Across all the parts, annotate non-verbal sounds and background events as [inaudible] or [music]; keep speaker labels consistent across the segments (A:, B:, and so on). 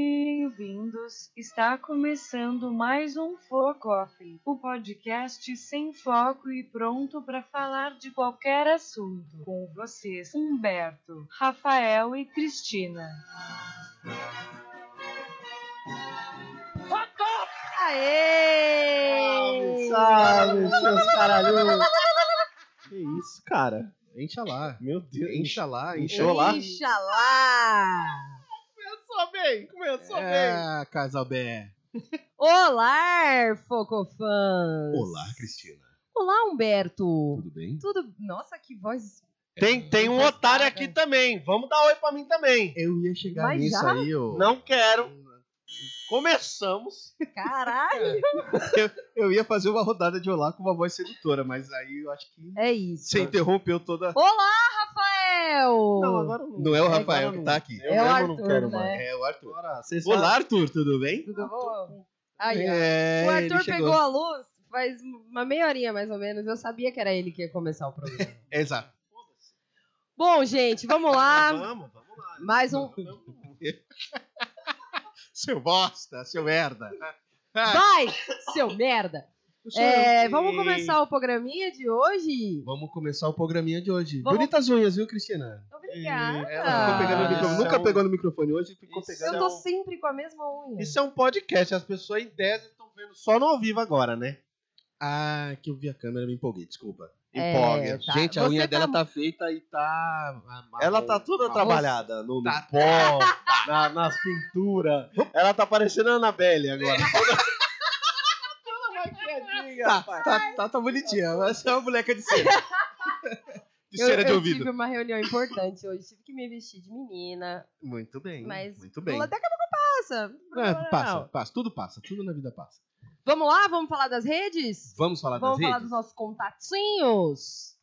A: Bem-vindos! Está começando mais um Foco Off, o podcast sem foco e pronto para falar de qualquer assunto. Com vocês, Humberto, Rafael e Cristina.
B: Aê!
C: Salve, seus caralhos! Que isso, cara?
D: Encha lá.
C: Meu Deus.
D: Encha lá, encha
C: Encheu lá?
B: Inxalá!
C: Começou bem, começou
D: É, Casalbé.
B: Olá, Focofãs!
D: Olá, Cristina.
B: Olá, Humberto!
D: Tudo bem?
B: Tudo... Nossa, que voz...
C: Tem, tem um otário aqui também. Vamos dar oi pra mim também.
D: Eu ia chegar
B: Mas
D: nisso
B: já?
D: aí, ô.
C: Não quero. Começamos.
B: Caralho!
D: Eu ia fazer uma rodada de olá com uma voz sedutora, mas aí eu acho que
B: É isso.
D: você interrompeu toda.
B: Olá, Rafael!
D: Não é o
C: Agora
D: Rafael
C: não.
D: que tá aqui.
C: Eu
B: é o
C: mesmo não
B: Arthur,
C: quero mais.
B: né?
D: É o Arthur.
C: Agora, vocês
D: Olá, Arthur, tudo bem?
B: Tudo bom? Aí, ó.
D: É,
B: o
D: ele
B: Arthur
D: chegou.
B: pegou a luz faz uma meia horinha, mais ou menos. Eu sabia que era ele que ia começar o programa.
D: Exato.
B: [laughs] bom, gente, vamos
C: sabem-
B: lá.
C: Ah, Vamos, vamos lá.
B: Mais um...
D: Seu bosta, seu merda.
B: Vai, [laughs] seu merda! É, vamos começar o programinha de hoje?
D: um- Vamos começar o programinha de hoje.
B: Vamos-
D: Bonitas unhas, viu, Cristina?
B: Obrigada.
D: Ela ficou pegando o microfone.
C: Isso é
D: Nunca
C: um-
D: pegou no microfone hoje, ficou
C: Isso é
D: pegando.
B: Ah. Eu tô sempre com a mesma unha.
C: Isso é um podcast. As pessoas em 10 estão vendo só no ao vivo agora, né?
D: Ah, que eu vi a câmera, me empolguei, desculpa.
B: É,
D: Empolga.
B: tá.
D: Gente, a
B: Você
D: unha
B: tá-
D: dela tá feita e tá.
C: Ela tá toda trabalhada no, no pó,
D: tá.
C: na- nas pinturas. Ela tá parecendo a Annabelle
D: [laughs]
C: agora.
D: Tá, tá, tá, tá bonitinha. Essa é uma boneca de cera. De
B: [laughs] eu,
D: cera de
B: eu
D: ouvido.
B: tive uma reunião importante hoje, tive que me vestir de menina,
D: Muito bem.
B: mas
D: Muito bem.
B: daqui a pouco passa.
D: É,
B: Não, não,
D: passa,
B: não.
D: passa. Tudo passa. Tudo na vida passa.
B: Vamos lá, vamos falar das redes?
D: Vamos falar
B: Vamos
D: das
B: falar
D: redes?
B: dos nossos contatinhos?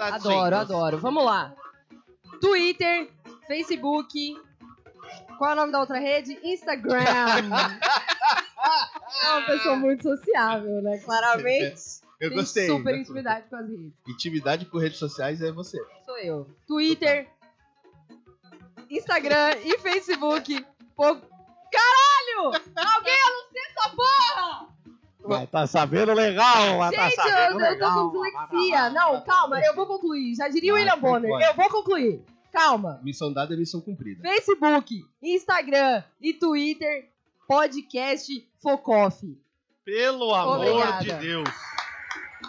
B: Adoro, adoro. Vamos lá. Twitter, Facebook. Qual é o nome da outra rede?
D: [laughs]
B: Instagram. é uma pessoa muito sociável, né? Claramente.
D: Eu
B: tem
D: gostei.
B: Super
D: né?
B: intimidade com as redes.
D: Intimidade com redes sociais é você.
B: Sou eu. Twitter, Instagram e Facebook. Pô, Caralho! Alguém anuncia essa porra!
C: Mas tá sabendo legal, mas tá
B: Gente,
C: sabendo
B: eu, eu
C: legal.
B: tô com dislexia. Não, calma, eu vou concluir. Já diria o William Bonner. Eu vou concluir. Calma.
D: Missão dada é missão cumprida.
B: Facebook, Instagram e Twitter, podcast Focoff.
C: Pelo amor
B: Obrigada.
C: de Deus.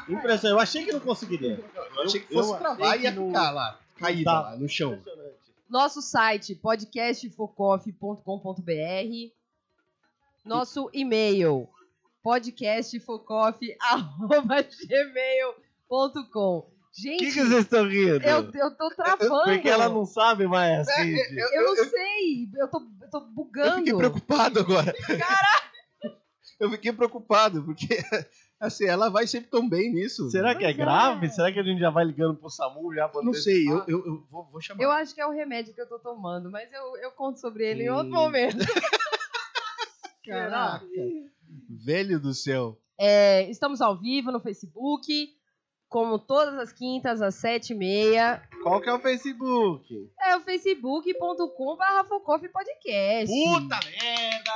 C: Impressionante. Eu achei que não conseguiria.
D: Eu achei que fosse
C: eu
D: travar e
C: achei
D: ia
C: que não-
D: ficar lá, caída
C: Tá.
D: lá, no chão.
C: Impressionante.
B: Nosso site, podcastfocoff.com.br. Nosso e-mail, podcastfocoff.gmail.com.
C: O
B: Gente,
C: que, que vocês estão rindo?
B: eu, eu tô travando.
C: Porque ela não sabe mais. assim,
D: É,
C: Cid.
B: Eu não sei, eu tô, eu tô
D: Eu fiquei
B: bugando.
D: preocupado agora. [laughs] Eu fiquei preocupado, porque [laughs] assim, ela vai sempre tão bem nisso.
C: Será que é
B: Pois é.
C: grave? Será que a gente já vai ligando pro SAMU já pra
D: Não sei, eu,
C: antecipar?
D: eu, eu vou, vou chamar.
B: Eu acho que é o remédio que eu tô tomando, mas eu, eu conto sobre ele em outro
D: Hum.
B: momento.
D: Caraca. Velho do céu.
B: É, estamos ao vivo no Facebook, como todas as quintas, às sete e meia.
C: Qual que é o Facebook?
B: É o facebook.com.br podcast.
C: Puta merda!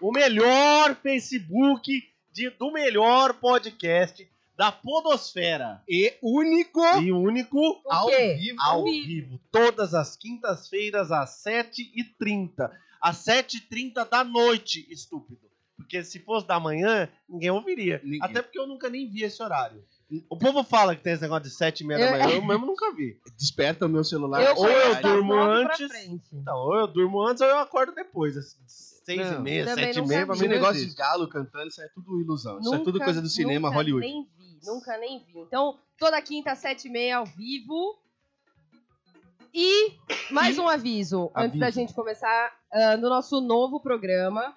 C: O melhor Facebook de- do melhor podcast da Podosfera.
D: E único
C: E único
B: O
D: ao
B: quê?
D: vivo.
C: ao
B: vivo.
C: vivo. Todas as quintas-feiras, às 7h30. Às 7h30 da noite, estúpido. Porque se fosse da manhã, ninguém ouviria.
D: Ninguém.
C: Até porque eu nunca nem vi esse horário. O povo fala que tem esse negócio de 7h30 da
B: Eu-
C: manhã. Eu mesmo nunca vi.
D: Desperta o meu celular.
B: Eu
C: Ou eu
B: conheço
C: durmo
B: das nove pra
C: antes.
B: frente.
C: Então, ou eu durmo antes ou eu acordo depois. às Seis
D: Não,
C: e meia,
B: também
C: sete e
B: não
C: meia, pra
D: Esse
C: mim
D: negócio
C: negócio.
D: de galo cantando, isso é tudo ilusão. Isso é
B: Nunca-
D: tudo coisa do cinema
B: nunca
D: Hollywood.
B: Nem vi, nunca nem vi. Então, toda quinta, às sete e meia, ao vivo. E mais um aviso, antes
D: Aviso.
B: da gente começar, ah, no nosso novo programa,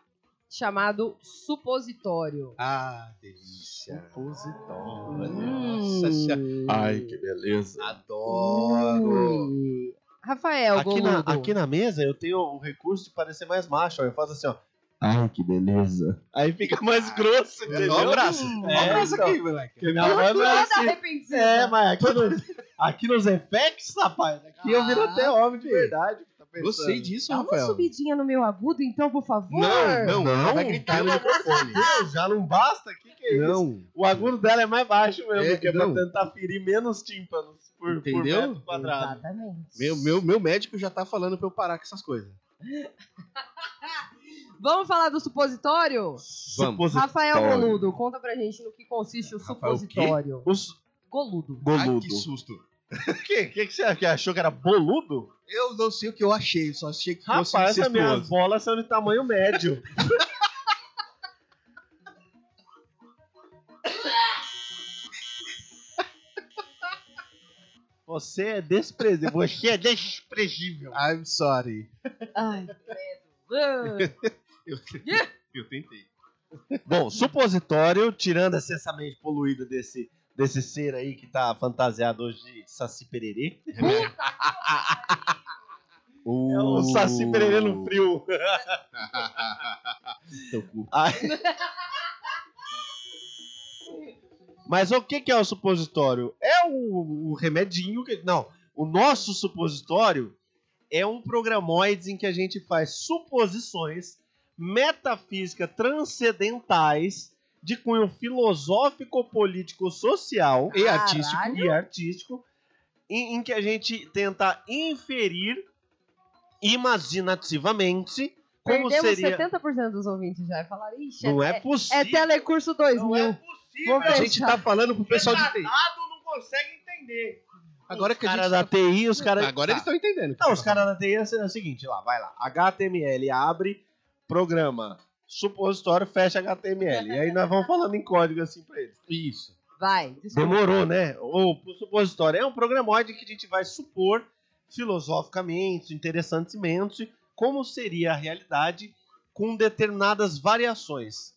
B: chamado supositório.
D: Ah, delícia.
B: Hum.
D: Nossa senhora.
E: Ai, que beleza.
D: Adoro.
B: Ui. Rafael,
C: Aqui na,
B: Goludo.
C: aqui na mesa eu tenho o recurso de parecer mais macho. ó. Eu faço assim, ó.
E: Ai, que beleza.
C: Aí fica mais grosso, entendeu?
D: Ó o braço.
B: Hum.
D: Ó
C: É,
D: o braço
C: então.
D: um? aqui, moleque.
C: Porque minha voz não é assim.
B: arrependido.
C: É, mas aqui nos, aqui nos effects, rapaz, aqui eu viro até homem de verdade. Tá pensando.
D: Gostei disso,
B: Ah, Dá uma
D: Rafael.
B: subidinha no meu agudo, então, por favor.
D: Não, não, ela vai gritar no
C: Pelo amor de
D: microfone.
C: Deus, já não basta? O que, que é isso?
D: Não.
C: O agudo dela é mais baixo mesmo,
D: É,
C: que é pra
D: não.
C: tentar ferir menos tímpanos por, por
D: Entendeu?
C: metro quadrado.
B: Exatamente.
D: Meu, meu, meu médico já tá falando pra eu parar com essas coisas.
B: Vamos falar do supositório?
D: Vamos.
C: Suposi-
B: Rafael
E: Supositório.
B: Goludo, conta pra gente no que consiste o
D: Rafael, o quê?
B: supositório.
C: Os
B: Goludo.
D: Ai,
C: goludo.
D: que susto.
C: O que, que, que você achou? que achou que era boludo?
D: Eu não sei o que eu achei, só achei que fosse
C: Rapaz, essas minhas
D: incestuoso.
C: bolas são de tamanho
D: [laughs]
C: médio. Você é desprezível. Você é desprezível.
D: I'm sorry.
B: Ai, credo.
D: Eu, eu tentei.
C: Bom, supositório, tirando essa- essa mente poluída desse, desse ser aí que tá fantasiado hoje de Saci Pererê. É o Saci Pererê no frio. Mas o que, que é o supositório? É o, o remedinho que. Não, o nosso supositório é um programoides em que a gente faz suposições metafísica transcendentais de cunho filosófico, político, social
D: E artístico.
B: Caralho.
C: e artístico, em, em que a gente tenta inferir imaginativamente como
B: Perdemos
C: seria.
B: 70% dos ouvintes já. Falaram, ixi,
C: Não
B: é,
C: é possível.
B: é telecurso 2000.
C: não é possível.
B: Vamos
D: A gente tá falando pro pessoal de TI.
C: Retardado não consegue entender.
D: Agora
C: os
D: que a gente tá
C: caras da TI, os caras.
D: Agora eles
C: tá.
D: estão entendendo.
C: Não, os caras da TI é o seguinte, lá, vai lá. HTML abre, programa, supositório, fecha HTML. E aí nós vamos falando em código assim pra eles.
D: Isso.
B: Vai, desculpa.
C: Demorou, né? O supositório é um programoide que a gente vai supor filosoficamente, interessantemente, como seria a realidade com determinadas variações.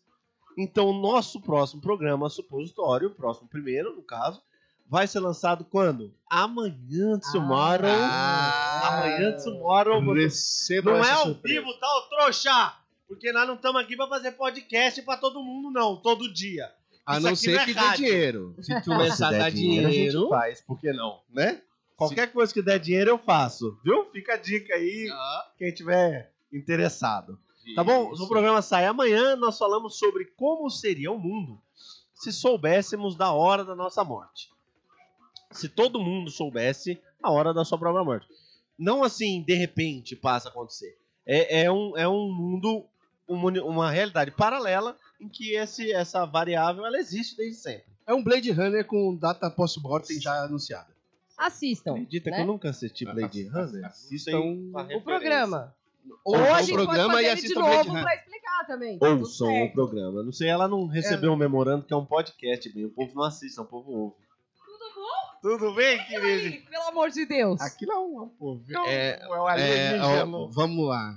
C: Então, o nosso próximo programa, supositório, o próximo primeiro, no caso, vai ser lançado quando? Amanhã, tomorrow.
D: Ah.
C: Amanhã, tomorrow.
D: Receba
C: Não
D: essa
C: é ao
D: surpresa.
C: vivo, tá, ô trouxa? Porque nós não estamos aqui pra fazer podcast pra todo mundo, não, todo dia.
D: A
C: Isso aqui
D: não
C: não
D: ser
C: é
D: que dê
C: rádio.
B: [laughs]
D: dinheiro. Se tu
E: Se
D: começar a
E: der
D: dar
E: dinheiro,
D: dinheiro,
E: a gente
C: faz, por que não, né? Qualquer coisa que der dinheiro eu faço, viu? Fica a dica aí, quem tiver interessado. Tá bom? O programa sai amanhã, nós falamos sobre como seria o mundo se soubéssemos da hora da nossa morte. Se todo mundo soubesse a hora da sua própria morte. Não assim, de repente, passa a acontecer. É, é um, é um mundo, um uni- uma realidade paralela em que esse, essa variável ela existe desde sempre.
D: É um Blade Runner com data post-mortem já anunciada.
B: Assistam.
C: Acredita
B: né?
C: que eu nunca assisti Blade [laughs] Runner? Então, Assistam
D: Então,
B: O programa.
D: Ouçam
B: Ou a
D: o
B: gente pode
D: programa
B: fazer
D: e
B: ele de
D: assistam né? Blade
B: novo
D: Runner.
B: pra explicar também. tá Tudo
C: Ouçam o
B: certo.
C: programa. Não sei, ela não recebeu um memorando que Tá é um podcast bem. O povo não assiste, não, o povo ouve.
B: Tudo bom?
C: Tudo bem,
B: Ih, Pelo amor de Deus.
C: Aquilo é um povo.
B: Então,
D: É,
C: um
D: É,
C: alienígena.
D: ó, vamos
B: [laughs]
D: lá.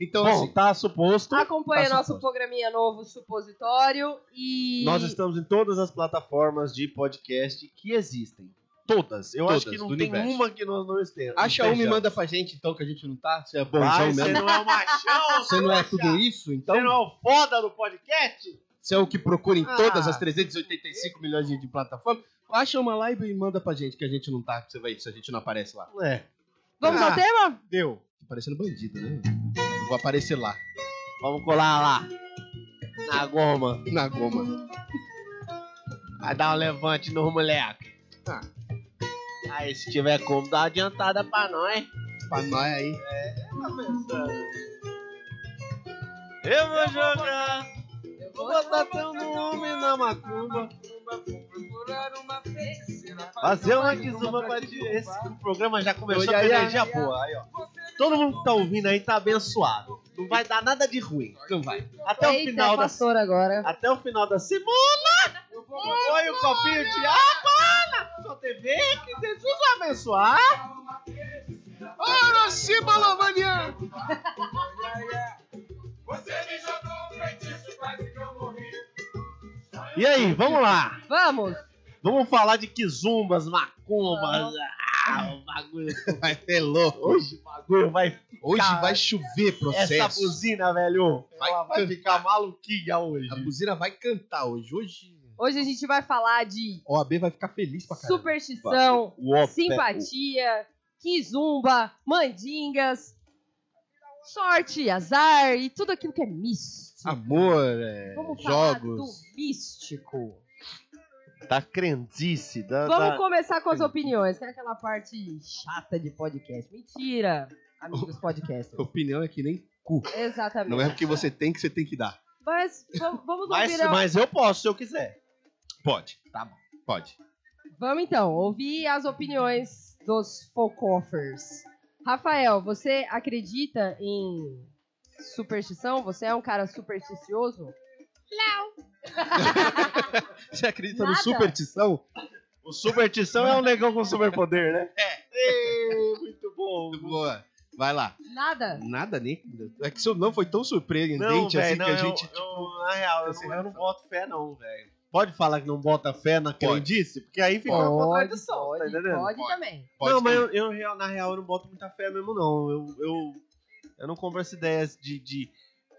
D: então,
C: Bom,
D: assim,
C: tá suposto.
B: Acompanhe
C: Tá
B: nosso
C: suposto.
B: programinha novo, Supositório. E.
C: Nós estamos em todas as plataformas de podcast que existem. Todas. Eu
D: Todas,
C: acho que não
D: do
C: tem
D: universo.
C: uma que nós não estejamos.
D: acha um e manda pra gente, então, que a gente não tá. Você é bonzão
C: Vai,
D: mesmo.
C: você não é o machão,
D: Você não é
C: trouxa.
D: tudo isso,
C: Você
D: então?
C: não é o foda do podcast?
D: Você é o que procura em
C: Ah.
D: todas as 385 milhões de de plataformas? Acha uma live e manda pra gente, que a gente não tá, que você vai, se a gente não aparece lá.
C: É,
B: Vamos ao
D: Ah.
B: tema?
C: deu.
D: Tô parecendo bandido, né? Eu vou aparecer lá,
C: Vamos colar lá. Na goma.
D: na goma.
C: Vai dar um levante nos moleque.
D: Tá.
C: Aí, se tiver como, dá uma adiantada pra nós.
D: Pra nós aí.
C: Eu vou jogar,
B: Eu
C: vou botar teu nome na macumba. Fazer uma quizuma pra ti. Esse programa já começou
D: Oi,
C: com
D: aí,
C: energia boa. Aí, é ó. Todo mundo que tá ouvindo aí tá abençoado. Não vai dar nada de ruim.
D: Então vai.
C: Até o
B: Eita,
C: final da
B: pastor agora.
C: Até o final da semana! Foi o copinho de água! Sua TV, que Jesus vai abençoar!
D: Ora, Cibalomania!
F: Você me jogou um feitiço, quase que eu morri.
C: E aí, vamos lá.
B: Vamos!
C: Vamos falar de quizumbas, macumbas. Ah, o bagulho.
D: Vai ser louco.
C: Hoje o bagulho vai
D: Hoje
C: Caralho.
D: vai chover processo.
C: Essa buzina, velho,
D: Vai
C: ela vai ficar maluquinha hoje.
D: A buzina vai cantar hoje. Hoje
B: Hoje a gente vai falar de
D: a OAB vai ficar feliz pra caramba.
B: superstição,
D: O OAB.
B: simpatia, quizumba, mandingas, sorte, azar e tudo aquilo que é místico.
D: Amor, é,
B: Vamos
D: jogos.
B: falar do místico.
C: Da crendice, da,
B: Vamos começar com as opiniões, que é aquela parte chata de podcast. Mentira,
D: [laughs]
B: amigos podcast.
D: Opinião é que nem cu.
B: Exatamente.
D: Não é porque você tem que você tem que dar.
B: Mas va- vamos
C: Mas,
B: ouvir a-
C: mas eu posso, se eu quiser.
D: Pode. Tá bom. Pode.
B: Vamos então, ouvir as opiniões dos folkoffers. Rafael, você acredita em superstição? Você é um cara supersticioso?
D: Você acredita no
B: Nada.
D: superstição?
C: O superstição é um negão com superpoder, né? É. Muito bom.
D: Boa. Vai lá.
B: Nada?
D: Nada, nem. É que seu não foi tão surpreendente
C: Não,
D: assim
C: velho, não,
D: que a
C: eu-
D: gente.
C: eu, na real, eu, não- tipo, assim, eu não boto fé não, velho. Pode falar que não bota fé na
D: Pode.
C: crendice? Porque aí fica uma
B: Pode,
C: contradição, tá
B: pode,
C: entendendo?
B: pode também.
D: Pode
C: não, mas eu, eu, real- na real eu não boto muita fé mesmo, não. Eu, eu, eu não compro essa ideia de, de-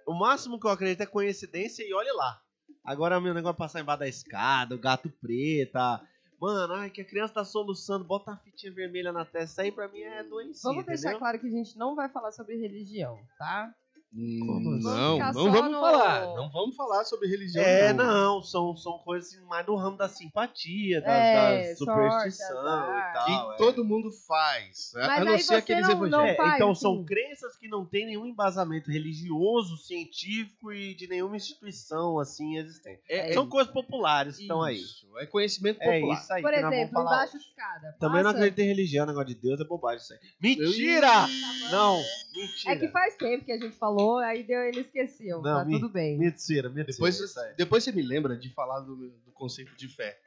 C: O máximo que eu acredito é coincidência e olhe lá. Agora meu negócio é passar embaixo da escada, o gato preta. Mano, ai, que a criança tá soluçando, bota a fitinha vermelha na testa. Isso aí pra mim é doença.
B: Vamos deixar
C: entendeu?
B: claro que a gente não vai falar sobre religião, tá?
D: Hum,
B: Como assim?
D: não,
B: Ficar
D: não
B: só
D: vamos
B: no-
D: falar. Não vamos falar sobre religião.
C: É, não, são, são coisas assim, mais do ramo da simpatia, das,
B: É,
C: da
B: sorte,
C: superstição
B: azar.
C: e
D: Que
C: tal. é.
D: todo mundo faz. a-
B: Mas
D: a não
B: aí
D: ser
B: você
D: aqueles
B: não- não
D: evangélicos.
C: É,
B: faz,
C: então
B: sim.
C: são crenças que não têm nenhum embasamento religioso, científico e de nenhuma instituição assim existente.
B: É,
C: são coisas populares que estão aí.
D: Isso, é conhecimento popular.
C: É isso aí.
B: Por
C: que nós vamos
B: exemplo,
C: falar
B: embaixo
C: hoje.
B: de escada.
C: Também não
B: passa- É
C: acredito em religião, negócio de Deus é bobagem isso aí. Mentira! Não, mentira.
B: É que faz tempo que a gente falou, aí deu, ele esqueceu.
C: Não,
B: tá
C: me-
B: tudo bem.
C: Mentira, mentira.
D: Depois,
C: Isso aí.
D: depois você me lembra de falar do, do conceito de fé.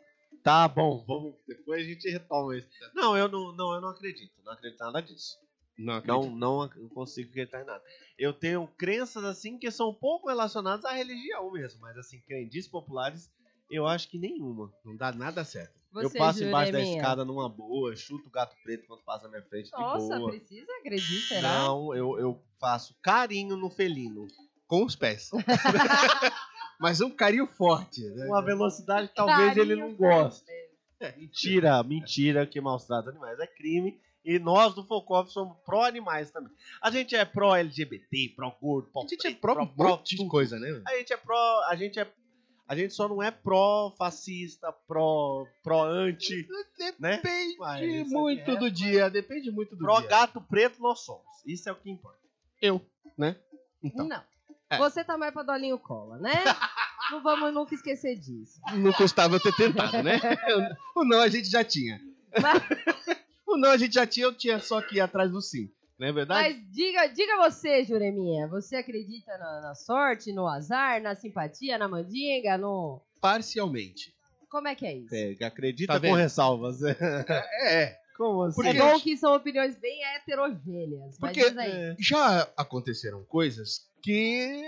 C: Tá bom, vamos.
D: Depois a gente retoma isso.
C: Não, eu não, não, eu não acredito. Não acredito em nada disso.
D: Não, acredito.
C: Não, não ac- não consigo acreditar em nada. Eu tenho crenças assim que são um pouco relacionadas à religião mesmo, mas assim, crendices populares, eu acho que nenhuma.
D: não dá nada certo.
B: Você,
C: eu passo embaixo da
B: Jureminha?
C: escada numa boa, chuto o gato preto quando passa na minha frente
B: Nossa,
C: de boa.
B: precisa agredir, será?
C: Não, eu, eu faço carinho no felino.
D: Com os
B: [laughs]
D: pés. Mas um carinho forte. Né?
C: Uma velocidade que talvez ele não
B: Carinho,
C: goste. É,
B: certeza.
C: Mentira, mentira que maus trata animais é crime. E nós do Focoff somos pró-animais também. A gente é pró-LGBT, pró-gordo,
D: A gente é
C: pró-preto,
D: pró um
C: pró-pró
D: monte de coisa, né?
C: A gente é pró. A gente é. A gente só não é pró-fascista, pró. pró-anti, né?
D: Depende
C: Mas isso aqui
D: muito
C: é-
D: do dia. Depende muito do dia.
C: Pró-gato preto nós somos. Isso é o que importa.
D: Então.
B: Não.
D: É.
B: Você tá mais pra Dolinho Cola,
D: [laughs]
B: né? não vamos nunca esquecer disso.
D: Não custava eu ter tentado, né? O não a gente já tinha.
B: Mas-
D: O não a gente já tinha, eu tinha só que ir atrás do sim. Não é verdade?
B: Mas diga, diga você, Jureminha, você acredita na, na sorte, no azar, na simpatia, na mandinga, no...
D: Parcialmente.
B: Como é que é isso? É,
C: É, acredita
D: Tá
C: com
D: vendo?
C: ressalvas.
D: É, é.
C: Como assim?
D: Porque-
B: bom que são opiniões bem heterogêneas, mas
D: Porque- é,
B: diz aí.
C: É.
D: Já aconteceram coisas que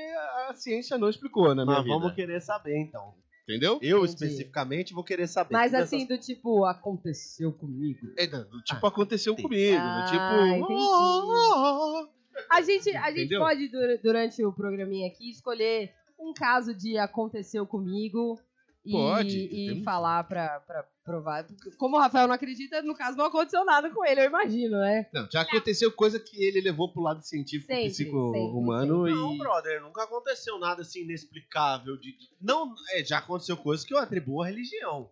D: a ciência não explicou na minha
C: Mas
D: vida.
C: vamos querer saber então.
D: Entendeu?
C: Eu
B: Entendi.
C: especificamente vou querer saber.
B: Mas
C: dessas-
B: assim, do tipo, aconteceu comigo.
D: É, não, do tipo, aconteceu comigo. do
B: Ah,
D: tipo,
B: entendi.
D: "Oh, oh, oh".
B: A gente, a gente
D: Entendeu?
B: pode, dur- durante o programinha aqui, escolher um caso de aconteceu comigo e,
D: Pode,
B: e
D: temos-
B: falar pra, pra provar. Como o Rafael não acredita, no caso não aconteceu nada com ele, eu imagino, né?
D: não, já aconteceu coisa que ele levou pro lado científico,
B: Sempre, sempre,
D: psico-humano
C: Não,
D: e.
C: brother, nunca aconteceu nada assim inexplicável. De, de- Não, é, já aconteceu coisas que eu atribuo à religião.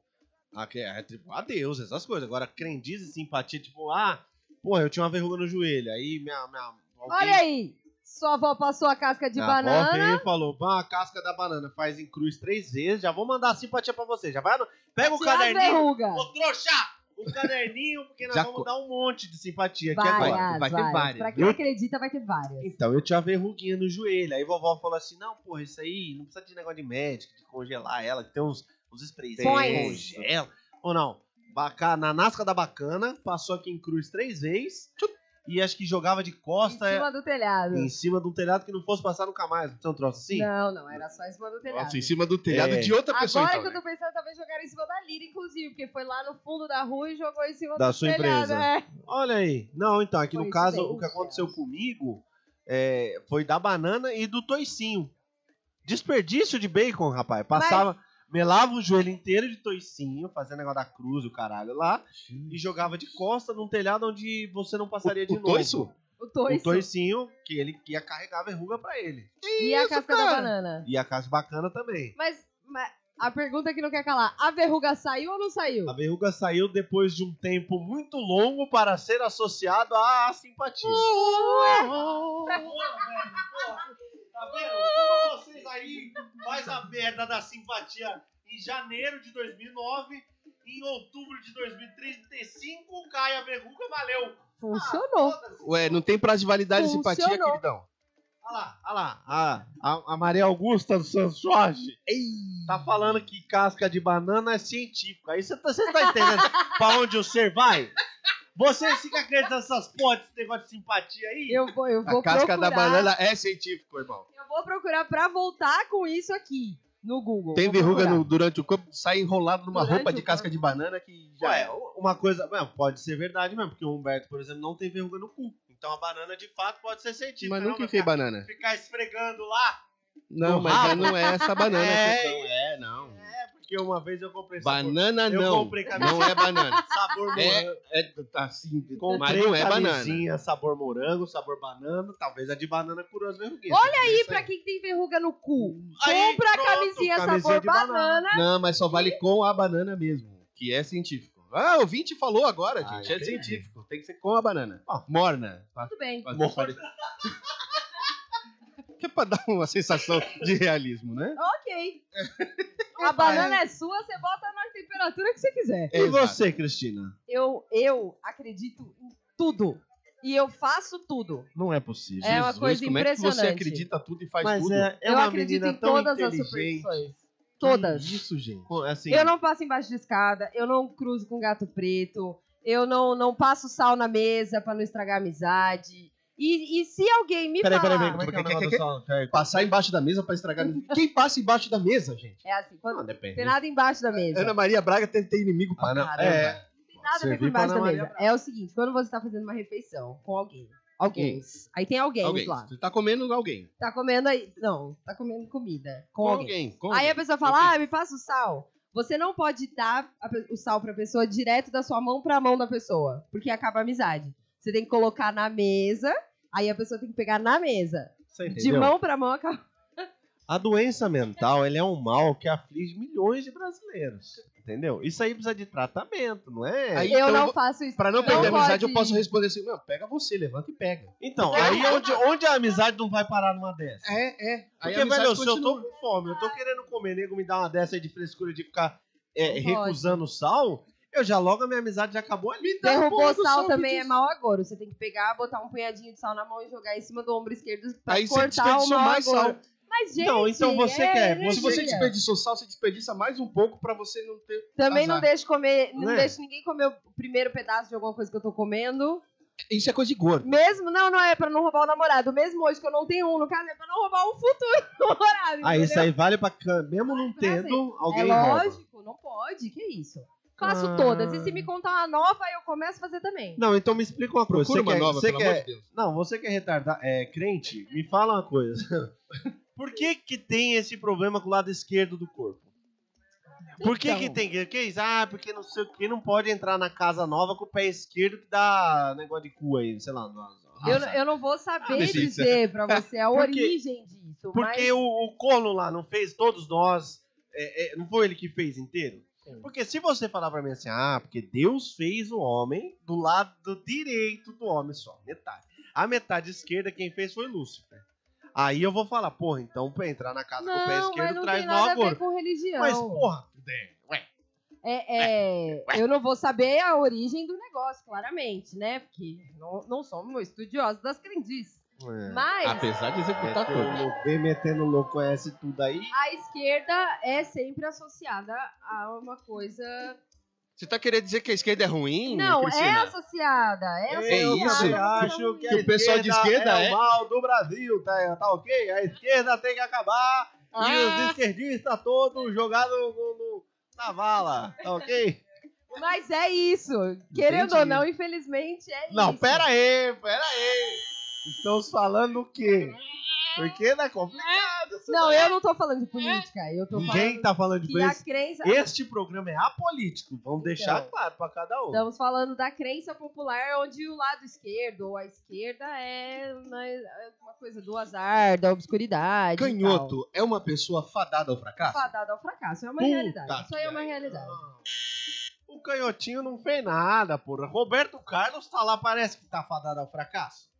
C: A, que- é, atribuo a Deus, essas coisas. Agora, crendice e simpatia, tipo, ah, porra, eu tinha uma verruga no joelho. Aí minha. minha alguém-
B: Olha aí! Sua avó passou a casca de
C: minha avó
B: banana.
C: veio e falou: pá, a casca da banana faz em cruz três vezes, já vou mandar a simpatia pra você. Já vai no- Pega o
B: Tira a
C: caderninho.
B: verruga.
C: Ô, trouxa! Um caderninho, porque nós
D: Já
C: vamos
D: co-
C: dar um monte de simpatia aqui agora.
B: Várias,
D: vai ter
B: várias.
D: várias,
B: Pra quem
D: viu?
B: acredita, vai ter várias.
C: Então, eu tinha uma verruguinha no joelho. Aí vovó falou assim: não, porra, isso aí não precisa de negócio de médico, de congelar ela, que tem uns, uns sprays que
B: Põe.
C: congela. Ou não, bacana, na nasca da bacana, passou aqui em cruz três vezes. e acho que jogava de
B: Em
C: costa
B: cima do telhado.
C: em cima de um telhado que não fosse passar nunca mais. Não tem um troço assim?
B: Não, não, era só em cima do telhado.
D: Nossa, assim, em cima do telhado
C: É.
D: de outra
B: é Agora
D: pessoa, então.
B: que eu tô pensando, talvez jogaram em cima da Lira, inclusive, porque foi lá no fundo da rua e jogou em cima
C: Da
B: do
C: sua
B: telhado.
C: empresa.
B: É.
C: Olha aí. Não, então, aqui no
B: Coincidência.
C: caso, o que aconteceu comigo é, foi da banana e do toicinho. Desperdício de bacon, rapaz. Passava, melava o joelho inteiro de toicinho, fazendo negócio da cruz, o caralho lá, e jogava de costa num telhado onde você não passaria de
D: O
C: novo.
D: toiço?
B: O
C: O
B: toiço
C: toicinho, que ele ia carregar a verruga pra ele.
B: e a casca da banana.
C: E a casa bacana também.
B: Mas, mas a pergunta é que não quer calar, a verruga saiu ou não saiu?
C: A verruga saiu depois de um tempo muito longo para ser associado à simpatia. Tá vendo? Como vocês aí faz a merda da simpatia em janeiro de 2009, em outubro de 2035 cai a verruga, valeu.
B: Funcionou.
D: Ué, não tem prazo de validade de
B: Funcionou.
D: simpatia, queridão.
C: Olha lá, olha lá. A, a- a Maria Augusta do San Jorge tá falando que casca de banana é científica. Aí você tá, cê tá entendendo [laughs] pra onde o ser vai? Você fica acreditando nessas porra desse negócio de simpatia aí?
B: Eu vou, eu vou
D: A casca
B: procurar.
D: da banana é científico, irmão.
B: Eu vou procurar pra voltar com isso aqui no Google.
D: Tem
B: Vou
D: verruga
B: procurar.
D: no- durante o corpo, sai enrolado numa
B: Durante
D: roupa de
B: o
D: casca de banana que já
C: Ué,
D: é.
C: uma coisa. ué, pode ser verdade mesmo, porque o Humberto, por exemplo, não tem verruga no cu. Então a banana de fato pode ser científica.
D: Mas
C: não
D: nunca
C: vai
D: enfiei
C: ficar,
D: banana.
C: ficar esfregando lá.
D: Não,
C: No
D: mas já não é essa banana.
C: É,
D: que eu- é, não.
C: É, porque uma vez eu comprei essa
D: Banana
C: Eu
D: não.
C: comprei camiseta.
D: Não é banana.
C: [laughs] porra, sabor morango.
D: É, é tá assim, mas
C: Comprei
D: não é banana.
C: camisinha, sabor morango, sabor banana. Talvez a de banana curou as verruguinhas.
B: Olha aí pra quem tem verruga no cu.
C: Hum. Aí,
B: Compra
C: pronto,
B: a camisinha,
C: camisinha
B: sabor
C: de banana.
B: banana.
D: Não, mas só vale com a banana mesmo, que é científico. Ah, o Vinte falou agora,
C: Ah,
D: gente. é
C: entendi.
D: científico. Tem que ser com a banana. Morna.
B: Tudo bem.
D: Pra- [laughs] Que é pra dar uma sensação de realismo, né?
C: [laughs]
B: Ok. A banana é sua, você bota na temperatura que você quiser.
C: E
D: Exato.
C: você, Cristina?
B: Eu, eu acredito em tudo. E eu faço tudo.
C: Não é possível.
B: É uma coisa
D: como é que você
B: impressionante.
D: acredita tudo e faz
C: Mas
D: tudo?
C: é, é
B: eu
C: uma
B: acredito
C: menina
B: em
C: tão
B: todas as
C: inteligente.
B: superstições. Todas.
C: Que Isso, gente.
D: é
C: Assim,
B: Eu não passo embaixo de escada, eu não cruzo com gato preto, eu não, não passo sal na mesa pra não estragar a amizade. E, e se alguém me
C: Peraí,
B: falar...
C: peraí, peraí.
D: Como é que é o
C: Como é
D: negócio
C: que é o negócio?
D: Passar embaixo da mesa pra estragar... Quem passa embaixo da mesa, gente?
B: É assim, quando
C: Não,
B: não
C: depende.
B: tem nada embaixo da mesa.
D: Ana Maria Braga deve ter inimigo pra
C: Ana-
D: caramba.
C: é.
B: Tem nada a ver com
C: Servir pra
B: embaixo da
C: Ana Maria
B: mesa. É o seguinte, quando você tá fazendo uma refeição com alguém, alguém, aí tem alguém,
D: Alguém.
B: lá,
D: Você tá comendo alguém.
B: tá comendo aí, não, tá comendo comida com,
D: Com
B: alguém.
D: alguém. com
B: Aí a
D: alguém.
B: pessoa
D: assim
B: fala, ah, me passa o sal. Você não pode dar a pe- o sal pra pessoa direto da sua mão pra mão da pessoa, porque acaba a amizade. Você tem que colocar na mesa, aí a pessoa tem que pegar na mesa.
C: Você
B: De
C: entendeu?
B: mão pra mão acaba.
C: A doença mental ela é um mal que aflige milhões de brasileiros. Entendeu? Isso aí precisa de tratamento, não é?
D: Aí,
B: eu
D: então,
B: não
D: vou-
B: faço isso.
D: Pra não
B: Não
D: perder a amizade,
B: pode.
D: eu posso responder assim, não, pega você, levanta e pega.
C: então, aí onde, onde a amizade não vai parar numa dessa?
D: É, é. Aí
C: Porque, velho, se eu tô com fome, eu tô querendo comer, nego me dá uma dessa aí de frescura de ficar é,
B: Não pode.
C: recusando sal, eu já logo a minha amizade já acabou ali. Tá
B: Derrubou o
D: Derrubou
B: sal
D: sal,
B: também é
D: diz.
B: mau agouro. Você tem que pegar, botar um punhadinho de sal na mão e jogar em cima do ombro esquerdo pra
D: Aí você
B: cortar o
D: desperdiçou
B: mau
D: mais
B: agouro.
D: sal.
B: Mas, gente,
C: Então, então você
B: é,
C: quer-
D: Se você
B: energia.
D: desperdiçou sal, você desperdiça mais um pouco pra você não ter...
B: Também
D: azar.
B: não deixo comer, não
C: Né?
B: deixo ninguém comer o primeiro pedaço de alguma coisa que eu tô comendo.
D: Isso é coisa de gordo.
B: Mesmo, não, não é pra não roubar o namorado. Mesmo hoje que eu não tenho um, no caso, é pra não roubar o futuro [laughs] namorado.
C: Ah, isso
B: entendeu?
C: aí vale pra. can- Mesmo não tendo, alguém
B: É
C: rouba.
B: lógico, não pode, que isso. Faço
C: Ah.
B: todas. E se me contar uma nova, eu começo a fazer também.
C: Não, então me explica uma coisa.
D: Procura
C: Você
D: uma
C: quer,
D: nova,
C: você
D: pelo
C: quer,
D: amor de Deus.
C: Não, você que é retardado, é crente, me fala uma coisa. [laughs] Por que que tem esse problema com o lado esquerdo do corpo? Por que que
B: Então.
C: tem? Que, que isso? Ah, porque não sei o que, não pode entrar na casa nova com o pé esquerdo que dá negócio de cu aí, sei lá. não- não-
B: eu,
C: sabe?
B: eu não vou saber
D: Letícia.
B: dizer pra você a
C: Por quê?
B: origem disso.
C: Porque o, o corno lá não fez todos nós, é, é, não foi ele que fez inteiro? Porque se você falar pra mim assim, ah, porque Deus fez o homem do lado direito do homem só, metade. A metade esquerda quem fez foi Lúcifer. Aí eu vou falar, porra, então pra entrar na casa
B: mas...
C: com o pé
B: Não, mas
C: esquerdo
B: não
C: traz
B: tem
C: mal
B: nada a ver
C: agora.
B: com religião.
C: Mas, porra, é, ué.
B: É, é, eu não vou saber a origem do negócio, claramente, né? Porque não, não somos estudiosos das crendices. Mas tá
D: Apesar de executar tudo.
C: É, vem metendo louco esse tudo aí.
B: a esquerda é sempre associada a uma coisa
D: Você tá querendo dizer que a esquerda é ruim?
B: Não, é
D: Priscila?
B: associada. É
D: É
B: associada.
D: isso?
B: não são
C: acho que,
D: Que
C: o pessoal de esquerda é, o mal do Brasil, tá, tá ok? A esquerda tem que acabar
B: Ah.
C: e os esquerdistas todos jogados no- no- na vala, tá ok?
B: Mas é isso. Querendo
D: Entendi.
B: ou não, infelizmente é isso.
C: Não, pera aí, pera aí. Estamos falando o quê? Porque não é complicado. isso
B: Não,
C: daí.
B: eu não tô falando de política. Eu tô
C: Ninguém
B: falando
C: tá falando de
B: que a
C: isso.
B: crença.
C: Este programa é apolítico. Vamos deixar
B: Então.
C: claro pra cada um.
B: Estamos falando da crença popular onde o lado esquerdo ou a esquerda é uma é uma coisa do azar, da obscuridade. e
D: Canhoto é uma pessoa fadada ao fracasso?
B: tal. Fadado ao fracasso. É uma
C: Puta
B: realidade. Isso aí é
C: que
B: uma realidade.
C: O canhotinho não fez nada, porra. Roberto Carlos tá lá, parece que tá fadado ao fracasso.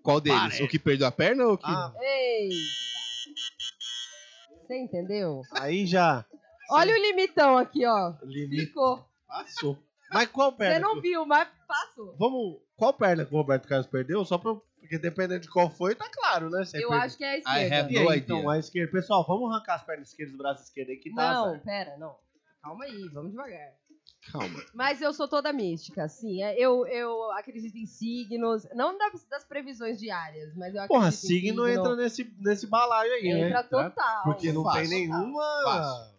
D: Qual deles?
C: Parece.
D: O que perdeu a perna ou o que.
C: Ah,
B: Ei! Você entendeu?
C: aí já
B: Olha o limitão aqui, ó.
C: limite
B: Ficou.
C: passou. Mas qual
B: Você
C: perna?
B: não
C: que-
B: viu, mas passou.
C: Vamos. Qual perna que o Roberto Carlos perdeu? Só pra. Porque dependendo de qual foi, tá claro, né?
B: Eu acho que é a esquerda.
D: have-
C: que e
D: No
C: aí,
D: idea.
C: então, a esquerda. Pessoal, vamos arrancar as pernas esquerdas e os braços esquerdos aí que tá.
B: Não,
C: azar.
B: pera, não. Calma aí, vamos devagar.
D: Calma.
B: Mas eu sou toda mística, assim. é, Eu, eu acredito em signos. Não das, das previsões diárias, mas eu acredito
C: Porra,
B: em
C: signo entra nesse, nesse balaio aí,
B: Entra
C: né? Tá?
B: total.
C: Porque não
D: Fácil.
C: tem nenhuma
D: Fácil.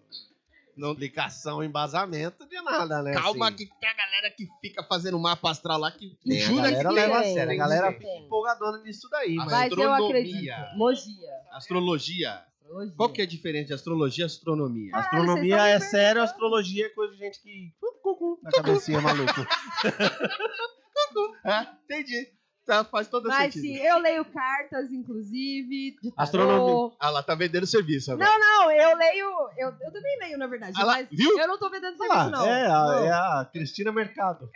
C: não explicação, embasamento de nada, né?
D: Calma,
C: assim.
D: que tem a galera que fica fazendo mapa astral lá que
C: Tem, a
D: jura
C: galera
D: que
C: leva a
B: tem,
C: sério, a
B: tem,
C: galera
B: tem.
C: fica empolgadona nisso daí, mas
B: Mas eu acredito.
D: Astronomia.
B: Logia.
D: Astrologia.
B: astrologia.
D: Qual que é a diferença de astrologia e astronomia?
B: Caralho,
C: astronomia
B: vocês
C: é
B: tão me
C: sério, astrologia é coisa de gente que cucu [laughs] na cabecinha maluco.
D: Ah, entendi. Tá, faz todo
B: Mas
D: sentido.
B: sim, eu leio cartas, inclusive. De tarô.
C: Astronomia.
D: Ah lá, tá vendendo serviço agora.
B: Não, não, eu leio. Eu, eu também leio, na verdade.
D: Ah lá,
B: mas
D: viu?
B: eu não tô vendendo
C: Olha
B: serviço,
C: lá,
B: não.
C: é,
B: Não.
C: a, é a Cristina Mercado.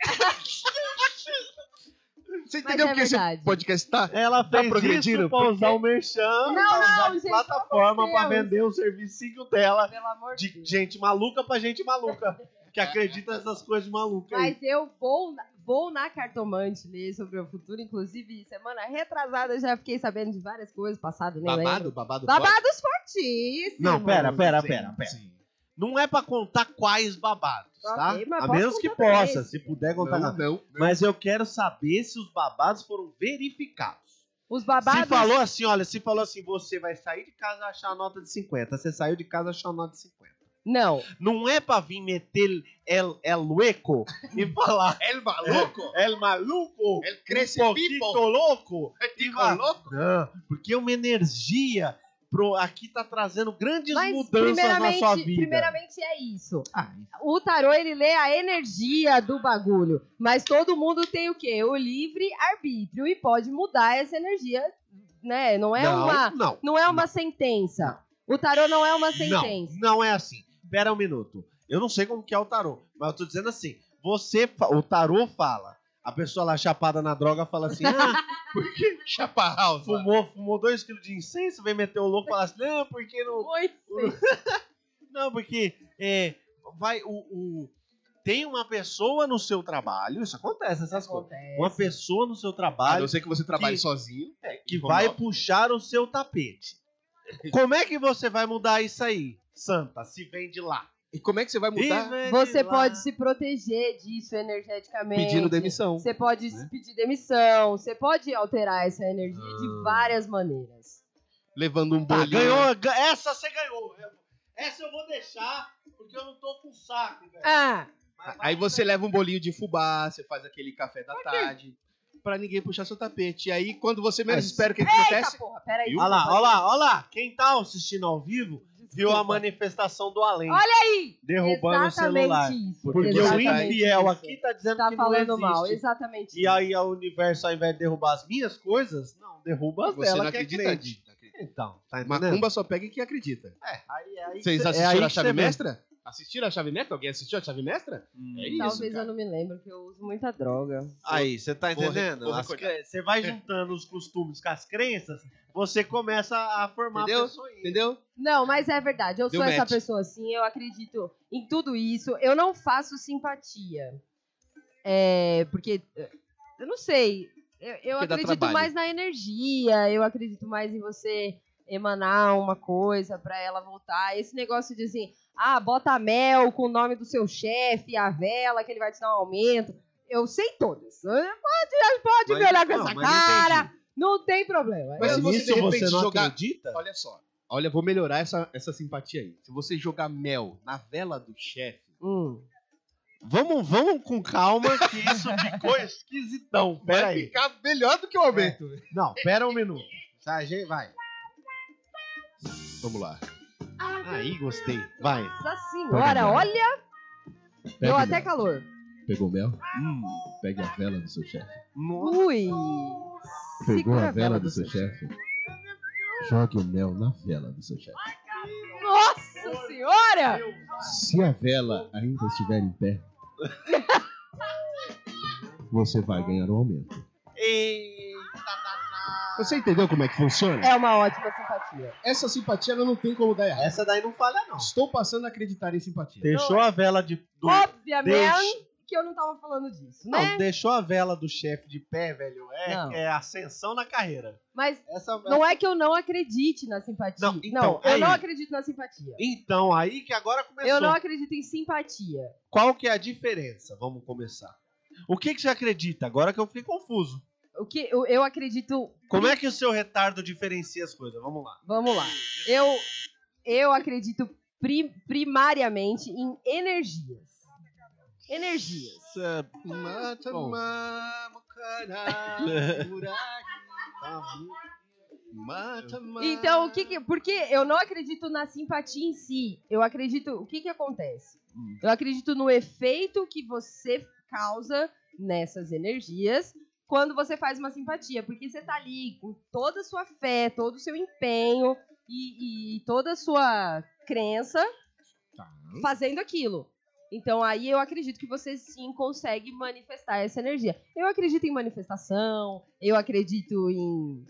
D: Você
B: Mas
D: entendeu
B: é
D: o que esse
B: verdade.
D: podcast tá?
C: Ela fez
D: progredindo,
C: isso pra usar o merchan,
B: Não,
C: pra usar
B: não, gente,
C: a plataforma
B: pelo amor
C: pra
B: de Deus.
C: vender o servicinho dela
B: Pelo amor de
C: de
B: Deus.
C: gente maluca pra gente maluca. Que acredita nessas coisas malucas aí.
B: Mas eu vou na, vou na cartomante ler sobre o futuro, inclusive semana retrasada eu já fiquei sabendo de várias coisas, passado nem
D: Babado,
B: lembro.
D: babado.
B: Babados fortíssimos.
C: Não, pera, pera,
D: Sim,
C: pera, pera.
D: sim.
C: Não é pra contar quais babados, tá?
B: Ok, mas
C: A
B: posso
C: menos que
B: contar pra
C: possa,
B: eles.
C: se puder contar.
D: Não,
C: nada.
D: não.
C: Mas eu quero saber se os babados foram verificados.
B: Os babados...
C: Se falou assim, olha, se falou assim, você vai sair de casa e achar a nota de 50. Você saiu de casa e achou a nota de 50.
B: Não,
C: Não é pra vir meter el, el hueco e falar
D: É maluco?
C: el maluco,
D: É cresce
C: um
D: people.
C: pouquinho louco.
D: É tico
C: vai-
D: louco?
C: Não, porque é uma energia pro, aqui tá trazendo grandes
B: mas
C: mudanças na
B: primeiramente,
C: sua vida.
B: primeiramente é isso.
C: Ah,
B: O tarô, ele lê a energia do bagulho, mas todo mundo tem o quê? O livre-arbítrio e pode mudar essa energia, né? Não é
C: não,
B: uma...
C: não.
B: Não é uma sentença. O tarô não é uma sentença.
C: Não, não é assim. Pera um minuto. Eu não sei como que é o tarô, mas eu tô dizendo assim. Você, fa- o tarô fala. A pessoa lá chapada na droga fala assim:
B: [laughs]
C: ah,
D: Chapa house.
C: fumou, fumou dois quilos de incenso, vem meter o louco e fala assim: não, porque não.
B: Muito bem.
C: Não, porque é, vai o, o- tem uma pessoa no seu trabalho, isso acontece, essas coisas.
B: Acontece.
C: Uma pessoa no seu
D: A
C: trabalho
D: não ser que você trabalhe
C: Que-
D: sozinho.
C: que
D: em home
C: vai
D: office.
C: puxar o seu [laughs] tapete. Como é que você vai mudar isso aí, Santa? Se vende lá.
D: E como é que você vai
C: Se
D: mudar?
C: vende
B: Você
C: lá.
B: pode se proteger disso energeticamente.
D: Pedindo demissão.
B: Você pode
C: né?
B: se pedir demissão. Você pode alterar essa energia de
C: Ah.
B: várias maneiras.
D: Levando um
C: Tá,
D: bolinho.
C: ganhou. ga- Essa você ganhou. Eu- Essa eu vou deixar, porque eu não tô com saco, velho.
B: Ah,
C: Mas vai-
D: Aí você leva um bolinho de fubá, você faz aquele café da tarde. Pra ninguém puxar seu tapete. E aí, quando você menos
C: Mas-
D: espera que
B: eita
D: acontece,
B: porra, peraí.
C: Olha lá, olha lá, olha lá. Quem tá assistindo ao vivo viu a manifestação do além.
B: Olha aí!
C: Derrubando
B: Exatamente
C: o celular.
B: Isso,
C: Porque o
D: tá
B: exatamente
C: infiel
B: isso.
C: aqui tá dizendo
B: tá
C: que
B: falando
C: não existe.
B: mal. Exatamente.
C: E aí o universo, ao invés de derrubar as minhas coisas, não, derruba as
D: você
C: dela
D: não
C: que é
D: acredita.
C: crente.
D: Di.
C: Então, tá entendendo?
D: Macumba só pega quem acredita.
C: Aí- aí
D: Vocês
C: cê- é
D: assistiram
C: aí
D: a
C: que
D: Chave
C: cê vê.
D: Mestra? Assistiram a Chave Mestra? Alguém assistiu a Chave Mestra?
C: Hum,
D: É isso,
B: Talvez
D: cara.
B: eu não me lembre, porque eu uso muita droga.
C: Aí, você tá
D: Vou re-
C: entendendo?
D: vou
C: As
D: recordar.
B: é
C: cre- Você vai juntando os costumes com as crenças, você começa a formar a
D: Entendeu?
C: pessoa.
D: Entendeu?
B: Não, mas é verdade. Eu
D: Deu
B: sou essa
D: match.
B: pessoa assim. Eu acredito em tudo isso. Eu não faço simpatia. É, porque. eh, Eu não sei. Eu, eu
D: Porque dá
B: acredito
D: trabalho.
B: mais na energia. Eu acredito mais em você emanar uma coisa pra ela voltar. Esse negócio de assim. Ah, bota mel com o nome do seu chefe, a vela, que ele vai te dar um aumento. Eu sei todas. Pode, pode
D: Mas-
B: me olhar com
D: não, mas
B: essa
D: não
B: cara. Não tem problema.
D: Mas se você
C: Nisso
D: de repente
C: você não
D: jogar-
C: acredita?
D: Olha só. Olha, vou melhorar essa, essa simpatia aí. Se você jogar mel na vela do chefe,
B: Hum.
C: Vamos, vamos com [laughs] calma, que isso [laughs] ficou esquisitão. Pera aí.
D: ficar melhor do que o aumento.
C: Não, pera um minuto.
D: Tá, gente, vai. Vamos lá.
C: Ah, Aí, gostei. Vai.
B: Nossa senhora, olha, deu até calor.
D: Pegou mel? Pegue a vela do seu chefe.
B: Ui.
D: Pegou
B: Segura
D: a vela do seu chefe? Jogue o mel na vela do seu chefe.
B: Nossa senhora!
D: Se a vela ainda estiver em [laughs] pé, você vai ganhar um aumento. Você entendeu como é que funciona?
B: É uma ótima simpatia.
D: Essa simpatia ela não tem como dar errado.
C: Essa daí não falha, não. é
D: Estou passando a acreditar em simpatia.
C: Deixou a vela de. Do...
B: Obviamente
C: Deixa-
B: que eu não tava falando disso, né?
C: Não, deixou a vela do chefe de pé, velho.
B: Não.
C: É, é ascensão na carreira.
B: Mas
C: Essa vela.
B: não é que eu não acredite na simpatia.
C: Não, então,
B: eu
C: aí-
B: não acredito na simpatia.
C: Então, aí que agora começou.
B: Eu não acredito em simpatia.
C: Qual que é a diferença? Vamos começar. O que, que você acredita? Agora que eu fiquei confuso.
B: O que eu, eu acredito.
C: Como é que o seu retardo diferencia as coisas? Vamos lá.
B: Vamos lá. Eu, eu acredito pri- primariamente em energias. Energias.
C: Bom.
B: [laughs] Então, o que que. Porque eu não acredito na simpatia em si. Eu acredito. O que que acontece? Eu acredito no efeito que você causa nessas energias quando você faz uma simpatia. Porque você tá ali com toda a sua fé, todo o seu empenho e, e toda a sua crença
C: Tá.
B: fazendo aquilo. Então aí eu acredito que você sim consegue manifestar essa energia. Eu acredito em manifestação, eu acredito em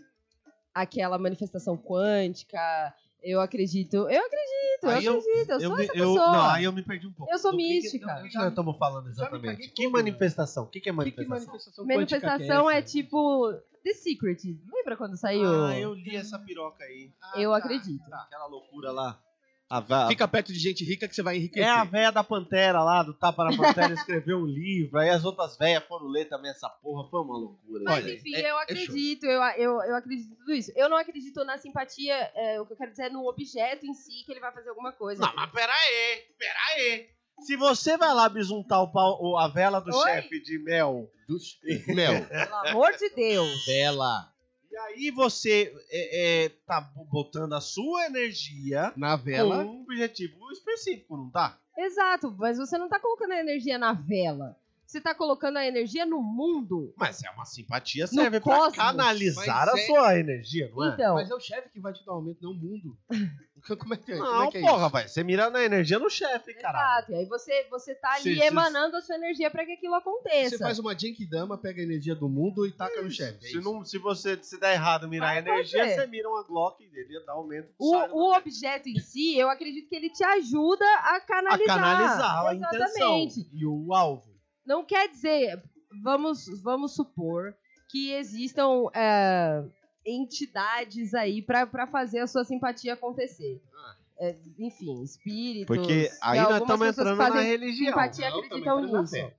B: aquela manifestação quântica. Eu acredito. Eu acredito, Então, eu,
C: Aí eu-
B: acredito. Eu, sou
C: me-
B: essa
C: eu-
B: pessoa.
C: não, aí eu me perdi um pouco.
B: Eu sou
C: Do que que-
B: mística.
C: do que que nós estamos falando
D: Já me caguei
C: exatamente?
D: todo,
C: Que manifestação? O que, que é manifestação?
D: manifestação
B: Manifestação é, tipo The Secret. Lembra quando saiu?
C: Ah, eu ah, tá, li essa piroca aí.
B: Eu acredito.
C: Aquela loucura lá.
D: Fica perto de gente rica que você vai enriquecer.
C: É a véia da Pantera lá, do Tapa na Pantera, escreveu um livro, aí as outras véias foram ler também essa porra, foi uma loucura.
B: Mas
C: Olha,
B: enfim,
D: é-
B: eu
D: é show.
B: acredito, eu, eu, eu acredito em tudo isso. Eu não acredito na simpatia, é, o que eu quero dizer é no objeto em si, que ele vai fazer alguma coisa.
C: Não,
D: Ah,
C: mas peraí, peraí. Se você vai lá bisuntar o pau- o- a vela do
B: Oi?
C: chefe de mel, [laughs]
D: Mel.
B: Pelo amor de Deus.
D: Vela.
C: e aí você é, é, tá botando a sua energia
D: Na
C: com
D: vela.
C: um objetivo específico, não tá?
B: Exato, mas você não tá colocando a energia na vela. Você tá colocando a energia no mundo.
C: Mas é uma simpatia,
B: No
C: serve pra
B: cosmos.
C: canalizar a
D: Mas é-
C: sua energia, não é?
B: Então,
D: Mas é o chefe que vai te dar um aumento, não
C: [laughs]
D: o mundo. Como é que é, como
C: Não,
D: é, que é
C: porra,
D: isso?
C: vai. Você mira na energia no chefe, caralho.
B: exato. E aí você, você tá ali
C: Sim, sim.
B: emanando a sua energia pra que aquilo aconteça.
D: Você
C: um
D: faz uma Genkidama, pega a energia do mundo e taca no chefe.
C: Se,
D: é isso.
C: não, se você se der errado mirar a
B: Vai
C: energia,
B: acontecer.
C: você mira uma Glock e ele dá um aumento.
B: O,
C: sai do-
B: o objeto em si, eu acredito que ele te ajuda a
C: a
B: canalizar.
C: canalizar a
B: Exatamente.
C: intenção e o alvo.
B: Não quer dizer, vamos, vamos supor que existam é, entidades aí pra pra fazer a sua simpatia acontecer.
C: Ah.
B: É, enfim, espíritos.
C: Porque aí
B: é,
C: nós
B: algumas
C: estamos
B: pessoas
C: entrando na
B: fazem
C: religião.
B: simpatia
D: Não,
B: acreditam
D: também tá na
B: nisso.
D: fé.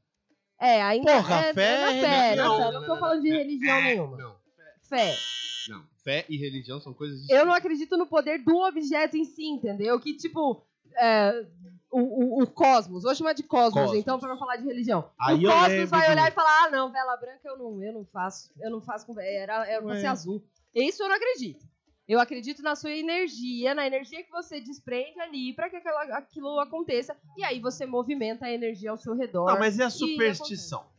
B: É, ainda
C: Porra,
B: é,
C: fé
B: é
C: é
B: na
C: religião.
B: fé, na fé.
C: Não,
B: Não
C: não,
B: tô
C: não,
B: falando de religião nenhuma.
D: Não,
B: Fé.
D: não. Fé e religião são coisas
B: Eu não acredito no poder do objeto em si, entendeu? Que tipo. é, o, o- o cosmos, vou chamar de cosmos,
C: Cosmos.
B: então, pra não falar de religião.
C: Aí
B: o
C: eu
B: cosmos
C: lembro
B: vai
C: de- um
B: olhar e falar: ah, não, vela branca eu não, eu não faço, eu não faço com. Era, era
D: É.
B: pra ser azul. Isso eu não acredito. Eu acredito na sua energia, na energia que você desprende ali pra que aquela- aquilo aconteça. E aí você movimenta a energia ao seu redor.
C: Não, mas e a
B: acontece.
C: superstição?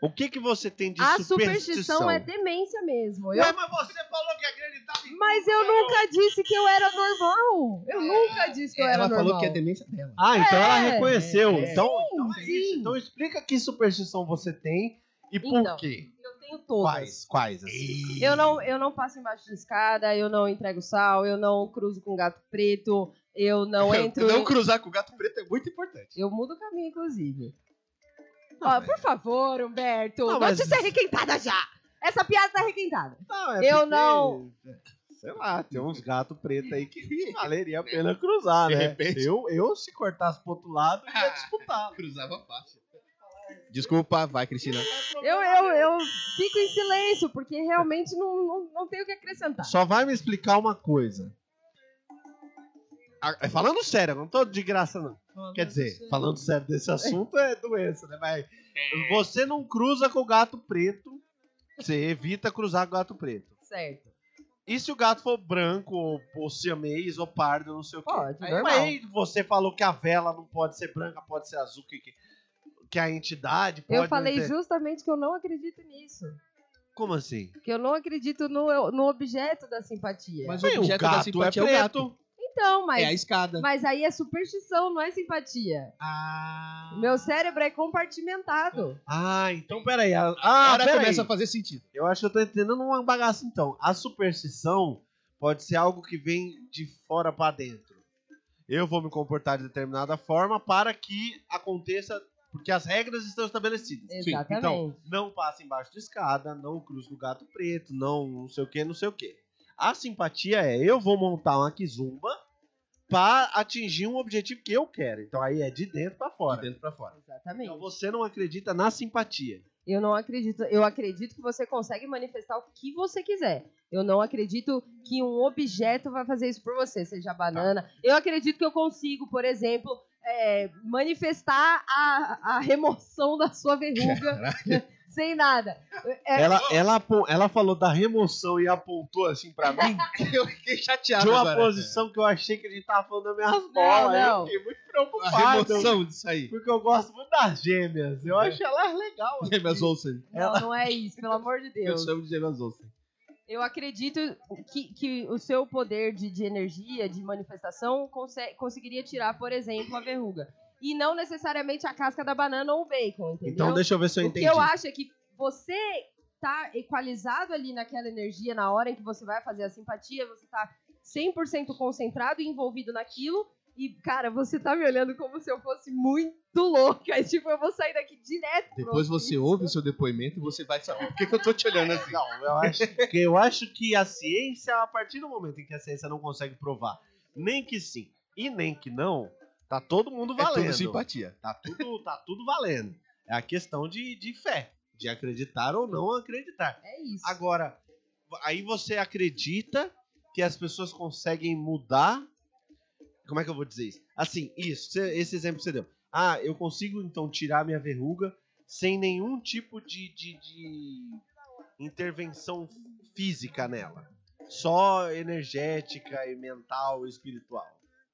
C: O que, que você tem de
B: a
C: superstição?
B: superstição é demência mesmo. Eu
C: Ué, mas você falou que acreditava em...
B: Mas eu nunca disse que eu era normal. Eu nunca disse que eu era
D: Ela
B: normal.
D: falou que é demência dela.
C: Ah, então ela
B: É.
C: reconheceu. Então,
B: Sim, sim.
C: então explica que superstição você tem e por
B: Então.
C: quê.
B: Eu tenho todas.
C: Quais? Quais? assim?
B: Eu não, eu não passo embaixo de escada, eu não entrego sal, eu não cruzo com gato preto, eu não entro.
D: Não
B: em-
D: cruzar com o gato preto é muito importante.
B: Eu mudo o caminho, inclusive. Ó, por favor, Humberto,
C: Não,
B: não,
C: mas-
B: de ser requentada já! Essa piada tá requentada.
D: Não, é
B: Eu
D: porque-
B: não-
C: sei lá, tem uns gatos pretos aí
D: [laughs]
C: que valeria a pena cruzar,
D: De
C: né?
D: repente. Ah.
C: Eu, eu, se cortasse pro outro lado, ia disputar.
D: Cruzava fácil. Desculpa, vai, Cristina.
B: Eu, eu, eu fico em silêncio, porque realmente não, não, não tenho o que acrescentar.
C: Só vai me explicar uma coisa. Ah, Falando sério, eu não tô de graça, não. Quer dizer, falando sério desse assunto é doença, né? Mas
D: É.
C: você não cruza com o gato preto, você evita cruzar com o gato preto.
B: Certo.
C: E se o gato for branco, ou, ou siamês, ou pardo, não sei o quê?
B: Pode,
C: Aí, mas
B: normal.
C: aí você falou que a vela não pode ser branca, pode ser azul, que, que- que a entidade pode...
B: Eu falei
C: não ter-
B: justamente que eu não acredito nisso.
C: Como assim?
B: Que eu não acredito no, no objeto da simpatia.
D: Mas o
C: Bem,
D: objeto da simpatia é, o gato.
B: então, mas,
D: É a escada.
B: mas aí é superstição, não é simpatia.
D: Ah.
B: Meu cérebro é compartimentado.
C: Ah, então peraí. a- Ah,
D: Agora
C: peraí.
D: começa a fazer sentido.
C: Eu acho que eu tô entendendo uma bagaça, então. A superstição pode ser algo que vem de fora pra dentro. Eu vou me comportar de determinada forma para que aconteça, porque as regras estão estabelecidas.
B: Exatamente.
C: Então, não passe embaixo de escada, não cruze no gato preto, não não sei o que, não sei o que. A simpatia é eu vou montar uma kizumba para atingir um objetivo que eu quero. Então aí é de dentro pra fora.
D: De dentro pra fora.
B: Exatamente.
C: Então você não acredita na simpatia.
B: Eu não acredito. Eu acredito que você consegue manifestar o que você quiser. Eu não acredito que um objeto vai fazer isso por você, seja a banana. Eu acredito que eu consigo, por exemplo, é, manifestar a, a remoção da sua verruga [laughs] sem nada. É,
C: Ela, ela, apo- ela falou da remoção e apontou assim pra mim
D: Eu fiquei chateado
C: de uma
D: agora. é.
C: posição que eu achei que a gente tava falando das minhas bolas.
B: não.
C: Eu fiquei muito
D: A
C: preocupado.
D: remoção disso aí.
C: Porque eu gosto muito das gêmeas. Eu acho elas legal.
D: Gêmeas Olsen.
B: não, não é isso, pelo
C: [laughs]
B: amor de
D: Eu
B: Deus.
D: chamo de Gêmeas Olsen.
B: Eu acredito que, que o seu poder de, de energia, de manifestação, conse- conseguiria tirar, por exemplo, a verruga. E não necessariamente a casca da banana ou o bacon, entendeu?
C: Então deixa eu ver se eu
B: o
C: entendi.
B: que eu acho é que você tá equalizado ali naquela energia na hora em que você vai fazer a simpatia, você tá 100% concentrado e envolvido naquilo. E, cara, você tá me olhando como se eu fosse muito louca. [laughs] E, tipo, eu vou sair daqui direto. pro
D: Depois você
B: ofício.
D: ouve o seu depoimento e você vai saber por que, que eu tô te olhando assim.
C: Não, eu acho, que, eu acho que a ciência, a partir do momento em que a ciência não consegue provar nem que sim e nem que não, tá todo mundo
D: É
C: valendo.
D: tudo simpatia.
C: Tá tudo, tá tudo valendo. É a questão de, de fé, de acreditar ou não acreditar.
B: É isso.
C: Agora, aí você acredita que as pessoas conseguem mudar? Como é que eu vou dizer isso? Assim, isso, cê- esse exemplo que você deu. Ah, eu consigo então tirar minha verruga sem nenhum tipo de, de- de intervenção física nela. Só energética e mental e espiritual.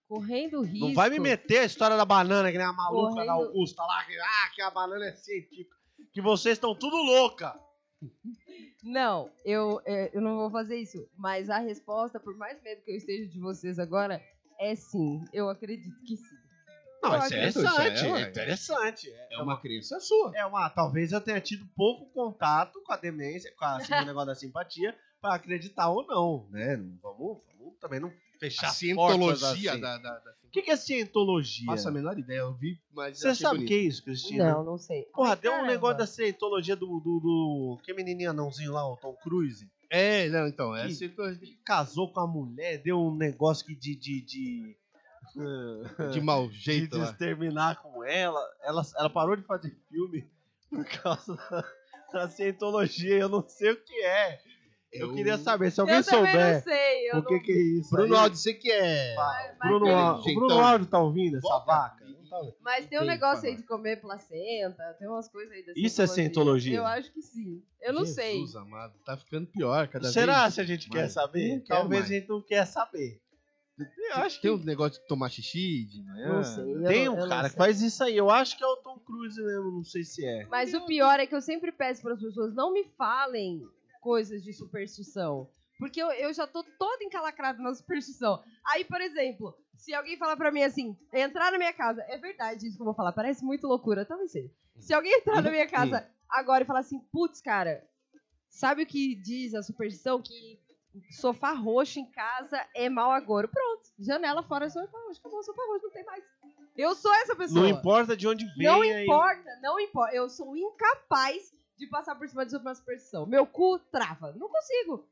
B: Correndo risco.
C: Não vai me meter a história da banana, que nem a maluca
B: Correndo.
C: da Augusta lá, que, ah, que a banana é científica. Que vocês estão tudo louca.
B: Não, eu, é, eu não vou fazer isso. Mas a resposta, por mais medo que eu esteja de vocês agora, é sim. Eu acredito que sim.
C: Não,
B: Eu
C: é
D: acredito,
C: interessante,
D: isso é,
C: é,
D: ué.
C: interessante. É,
D: É uma crença sua.
C: é uma, talvez eu tenha tido pouco contato com a demência, com a- assim, o negócio da simpatia, pra acreditar ou não, né? Não vamos, vamos também não fechar
D: A
C: as
D: cientologia
C: portas assim.
D: da, da, da...
C: O que, que é cientologia?
D: Faço a menor ideia, eu vi, mas
C: Você
D: achei
C: sabe o
D: bonito.
C: que é isso, Cristina?
B: Não, não sei.
C: Porra,
B: Ai,
C: deu um
B: caramba.
C: negócio da cientologia do, do, do- Que menininho anãozinho lá, o Tom Cruise.
D: É, não, então, é
C: Que-
D: cientologia [laughs]
C: que casou com a mulher, deu um negócio que de. de, [laughs] de ah,
D: de mau
C: de
D: jeito né? lá.
C: terminar com ela. ela. Ela parou de fazer filme por causa [laughs] da, da cientologia. Eu não sei o que é. Eu, queria saber, se alguém
B: Eu também não
C: souber
B: sei. Eu
C: o que,
B: não...
C: que é isso.
D: Bruno
C: aí,
D: Aldi, você que é...
C: fala.
B: vai
C: Bruno,
B: ter-
C: Al- o
D: Gente,
C: Bruno
D: então,
C: Aldi tá ouvindo essa
D: volta.
C: vaca?
D: tá-
B: Mas tem um
D: Entendi,
B: negócio
D: fala.
B: aí de comer placenta, tem umas coisas aí da
C: Isso é cientologia?
B: Eu acho que sim. Eu não sei.
D: Jesus amado, tá ficando pior cada
C: Será
D: vez.
C: se a gente
D: mais.
C: quer saber?
D: Não quero
C: Talvez
D: mais.
C: a gente não quer saber. Eu acho
D: Tem
C: que
D: um negócio de tomar xixi de manhã?
B: Não sei. eu
C: tem
B: não- eu
C: um
B: não
C: cara que
B: sei.
C: faz isso aí. Eu acho que é o Tom Cruise mesmo, não sei se é.
B: Mas o pior é que eu sempre peço para as pessoas não me falem coisas de superstição. Porque eu, eu já tô toda encalacrada na superstição. Aí, por exemplo, se alguém falar pra mim assim, entrar na minha casa, é verdade isso que eu vou falar, parece muito loucura, talvez seja. Se alguém entrar na minha
C: Hum.
B: casa agora e falar assim, putz, cara, sabe o que diz a superstição? Que sofá roxo em casa é mau agouro. Pronto, janela fora sofá roxo, acabou, sofá roxo, não tem mais. Eu sou essa pessoa.
C: Não importa de onde vem.
B: Não
C: aí-
B: importa, não importa. Eu sou incapaz de passar por cima de uma superstição. Meu cu trava. Não consigo.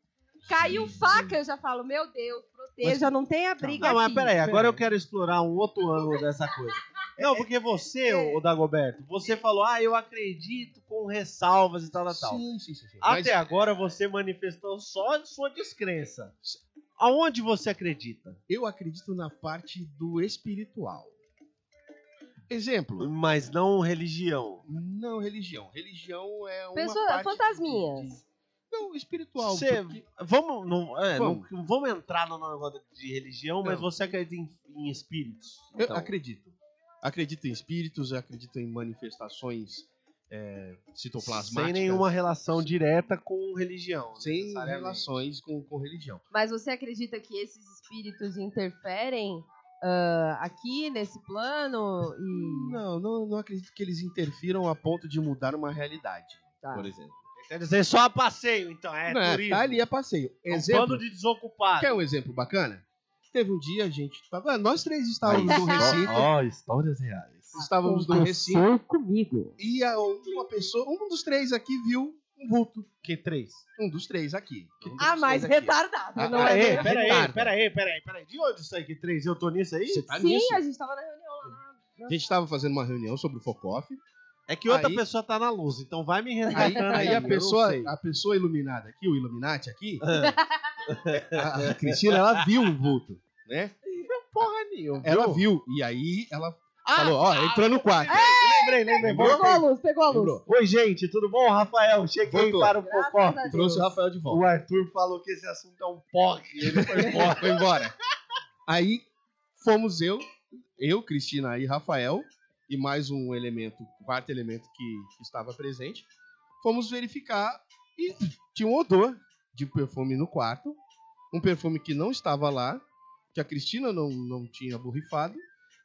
B: Caiu faca, eu já falo, meu Deus, proteja, não tenha briga
C: Não, mas
B: aqui.
C: peraí, agora eu quero explorar um outro ângulo dessa coisa. Não, porque você, o Dagoberto, você falou, ah, eu acredito com ressalvas e tal, tal, tal.
D: Sim, sim, sim. sim. Mas
C: Até agora você manifestou só a sua descrença. Aonde você acredita?
D: eu acredito na parte do espiritual. Exemplo.
C: Mas não religião.
D: Não religião. Religião é uma
B: Pessoa-
D: parte
B: fantasminhas.
D: de- Não, espiritual.
C: Você-
D: porque-
C: Vamos, não, é, não-
D: Vamos.
C: vamos. entrar no negócio de religião, mas
D: Não.
C: você acredita em, em espíritos?
D: Eu
C: então.
D: acredito. Acredito em espíritos, acredito em manifestações é, citoplasmáticas.
C: Sem nenhuma relação direta com religião.
D: Sem
C: necessariamente.
D: relações com, com religião.
B: Mas você acredita que esses espíritos interferem ah, aqui nesse plano? E...
D: Não, não, não acredito que eles interfiram a ponto de mudar uma realidade,
B: Tá.
D: por exemplo.
C: Quer dizer, só a passeio, então. É,
D: Não,
C: turismo.
D: tá ali a passeio.
C: É um
D: Exemplo,
C: bando de desocupados.
D: Quer um exemplo bacana? Teve um dia, a gente tava. ah, Nós três estávamos no recinto.
E: Ó, histórias reais.
D: Estávamos no recinto. comigo. E a- uma pessoa, um dos três aqui viu um vulto.
C: Que é três.
D: Um dos três aqui. Um dos
B: Ah, mas
D: três aqui.
B: retardado,
D: Ah,
B: não
D: ah,
B: é?
D: é?
C: Peraí, peraí,
D: Retardo.
C: peraí, peraí, peraí. De onde isso aí que três? Eu tô nisso aí?
D: Você tá
B: Sim,
D: nisso?
B: a gente tava na reunião lá. né?
D: A gente estava fazendo uma reunião sobre o
C: [laughs]
D: Focoff.
C: É que outra
D: Aí-
C: pessoa tá na luz, então vai me
D: Aí,
C: resgatando
D: aí
C: eu
D: a
C: não
D: pessoa,
C: sei.
D: a pessoa iluminada aqui, o Illuminati
C: [laughs]
D: aqui, a, a Cristina, ela viu o vulto, né?
C: Porra nenhuma.
D: Ela
C: viu? Ah,
D: viu. E aí ela falou, ó, entrou no quarto.
C: é, Lembrei, lembrei.
B: Pegou
C: voltei.
B: a luz, pegou a luz.
D: Lembrou.
C: Oi, gente, tudo bom? Rafael, cheguei
D: Voltou.
C: para o
B: Graças
C: Focó.
B: a Deus.
D: Trouxe o Rafael de volta.
C: O Arthur falou que esse assunto é um porre. Ele [laughs] foi embora.
D: Foi embora. Aí fomos eu, eu, Cristina e Rafael, e mais um elemento, quarto elemento que, que estava presente, fomos verificar e tinha um odor de perfume no quarto, um perfume que não estava lá, que a Cristina não, não tinha borrifado,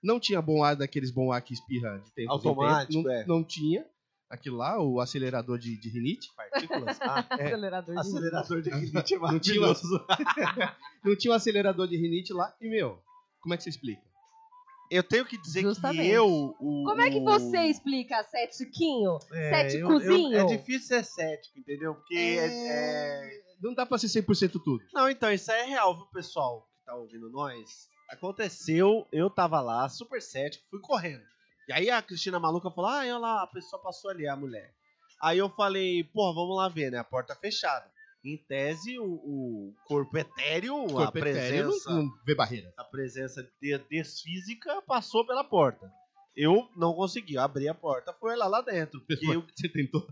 D: não tinha bom ar daqueles bom ar que espirra de tempo em tempo,
C: Automático,
D: não,
C: é.
D: não tinha. Aquilo lá, o acelerador de, de rinite.
C: Partículas? Ah,
B: Acelerador de
C: acelerador de rinite é
D: Não tinha,
C: maravilhoso.
D: não tinha o acelerador de rinite lá. E, meu, como é que você explica?
C: Eu tenho que dizer
B: Justamente.
C: que eu... o-
B: Como é que
C: o-
B: você explica cetiquinho?
C: É, eu- eu-
B: Ceticozinho?
C: É difícil ser cético, entendeu? Porque é- é...
D: Não dá pra ser 100% tudo.
C: Não, então, isso aí é real, viu, pessoal que tá ouvindo nós? Aconteceu, eu tava lá, super cético, fui correndo. E aí a Cristina maluca falou: ah, olha lá, a pessoa passou ali, a mulher. Aí eu falei: pô, vamos lá ver, né? A porta fechada. Em tese, o, o corpo etéreo, a
D: Corpo etéreo
C: presença,
D: não, não
C: [laughs]
D: vê barreira.
C: a presença de- desfísica passou pela porta. Eu não consegui, eu abri a porta, foi lá lá dentro. Porque eu,
D: Você tentou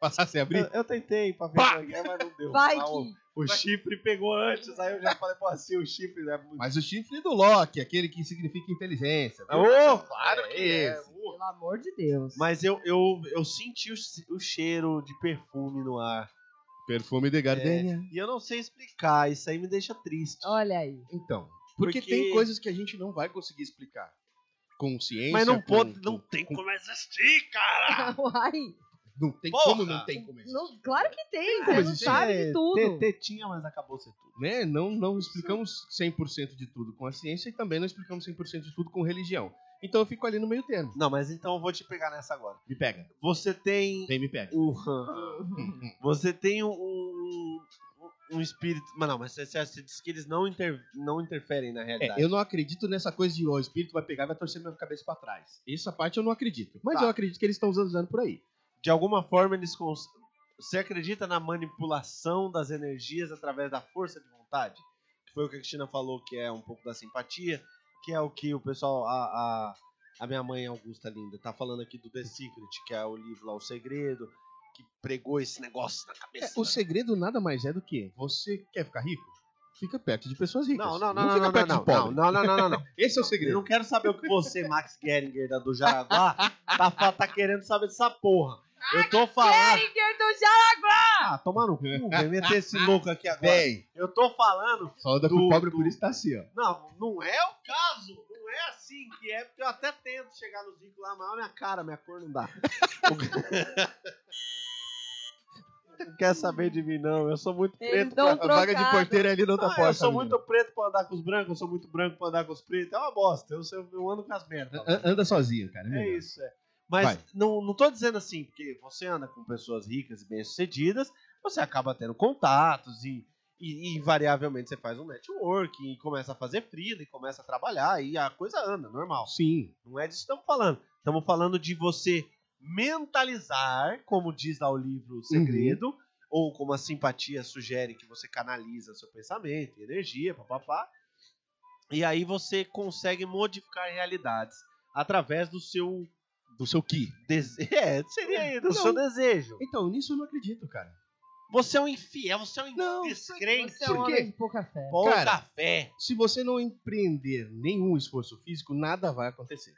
D: passar sem [laughs] abrir?
C: eu, eu tentei pra ver, como é que é, mas não deu.
B: Vai
C: Ah, o-
B: que.
C: o chifre pegou antes, aí eu já falei, pô, assim, o chifre é muito.
D: Mas o chifre do Loki, aquele que significa inteligência. viu?
C: Ah, Ô, claro
D: É
C: que é.
D: esse.
C: ô.
B: Pelo amor de Deus.
C: Mas eu, eu, eu senti o, che- o cheiro de perfume no ar.
D: Perfume de gardenia.
C: E eu não sei explicar, isso aí me deixa triste.
B: Olha aí.
D: Então, porque,
C: Porque-
D: tem coisas que a gente não vai conseguir explicar. Consciência.
C: Mas não
D: com-
C: pode,
D: com-
C: não tem como existir,
D: [laughs]
C: cara!
B: Uai.
D: Não tem
C: Porra!
D: como, não tem como.
B: Não, claro que tem,
D: como
B: você não
D: existir.
B: sabe de tudo.
C: Tetinha, mas acabou ser tudo.
D: Né? Não, não explicamos 100% de tudo com a ciência e também não explicamos 100% de tudo com religião. Então eu fico ali no meio termo.
C: Não, mas então eu vou te pegar nessa agora.
D: Me pega.
C: Você tem.
D: Vem, me pega.
C: [laughs] um- Você tem um. um, um espírito. Mas não, mas você, você disse que eles não, inter, não interferem na
D: É,
C: realidade.
D: eu não acredito nessa coisa de ó, o espírito vai pegar e vai torcer minha cabeça pra trás. Essa parte eu não acredito. Mas
C: Tá.
D: eu acredito que eles estão usando por aí.
C: de alguma forma eles cons... você acredita na manipulação das energias através da força de vontade que foi o que a Cristina falou que é um pouco da simpatia que é o que o pessoal a, a, a minha mãe Augusta linda tá falando aqui do The Secret que é o livro lá o segredo que pregou esse negócio na
D: É,
C: cabeça
D: o segredo nada mais é do que você quer ficar rico? Fica perto de pessoas ricas.
C: não não não não
D: fica
C: não não
D: perto
C: não
D: de pobre.
C: não não não não, não, não.
D: [laughs] Esse é o
C: eu
D: segredo.
C: não quero saber o que você Max Geringer da do Jaraguá tá, fa- tá querendo saber dessa porra eu tô falando
B: Geringer do Jaraguá.
C: ah tomar no cu vai meter esse louco aqui agora
D: Bem,
C: Eu tô falando.
D: só anda com
C: Do-
D: o pobre
C: do-
D: por isso tá assim, ó.
C: Não, não é o caso. Não é assim que é, porque eu até tento chegar nos ricos lá, mas a minha cara, minha cor não dá. [laughs] não quer saber de mim, não. Eu sou muito
B: Eles
C: preto.
B: dão um
D: A vaga de
B: trocado.
D: porteiro ali não tá
C: Ah,
D: porta.
C: eu sou
D: menino.
C: muito preto pra andar com os brancos, eu sou muito branco pra andar com os pretos. É uma bosta. Eu, sou- eu ando com as merdas.
D: An- Anda sozinho, cara.
C: É
D: melhor.
C: isso, é. Mas
D: Vai.
C: não, não tô dizendo assim, porque você anda com pessoas ricas e bem-sucedidas, você acaba tendo contatos e, E, e, invariavelmente você faz um networking, e começa a fazer freela, e começa a trabalhar, e a coisa anda, normal.
D: Sim.
C: Não é disso que estamos falando. Estamos falando de você mentalizar, como diz lá o livro O Segredo, ou como a simpatia sugere que você canaliza seu pensamento, energia, papapá. E aí você consegue modificar realidades através do seu
D: Do seu ki.
C: desejo. [laughs] É, seria do
D: Não.
C: seu desejo.
D: Então, nisso eu não acredito, cara.
C: Você é um infiel, você é um
D: Não,
C: descrente.
B: Você é um
D: Por quê?
B: homem de pouca fé.
C: Pouca
D: Cara,
C: fé.
D: Se você não empreender nenhum esforço físico, nada vai acontecer.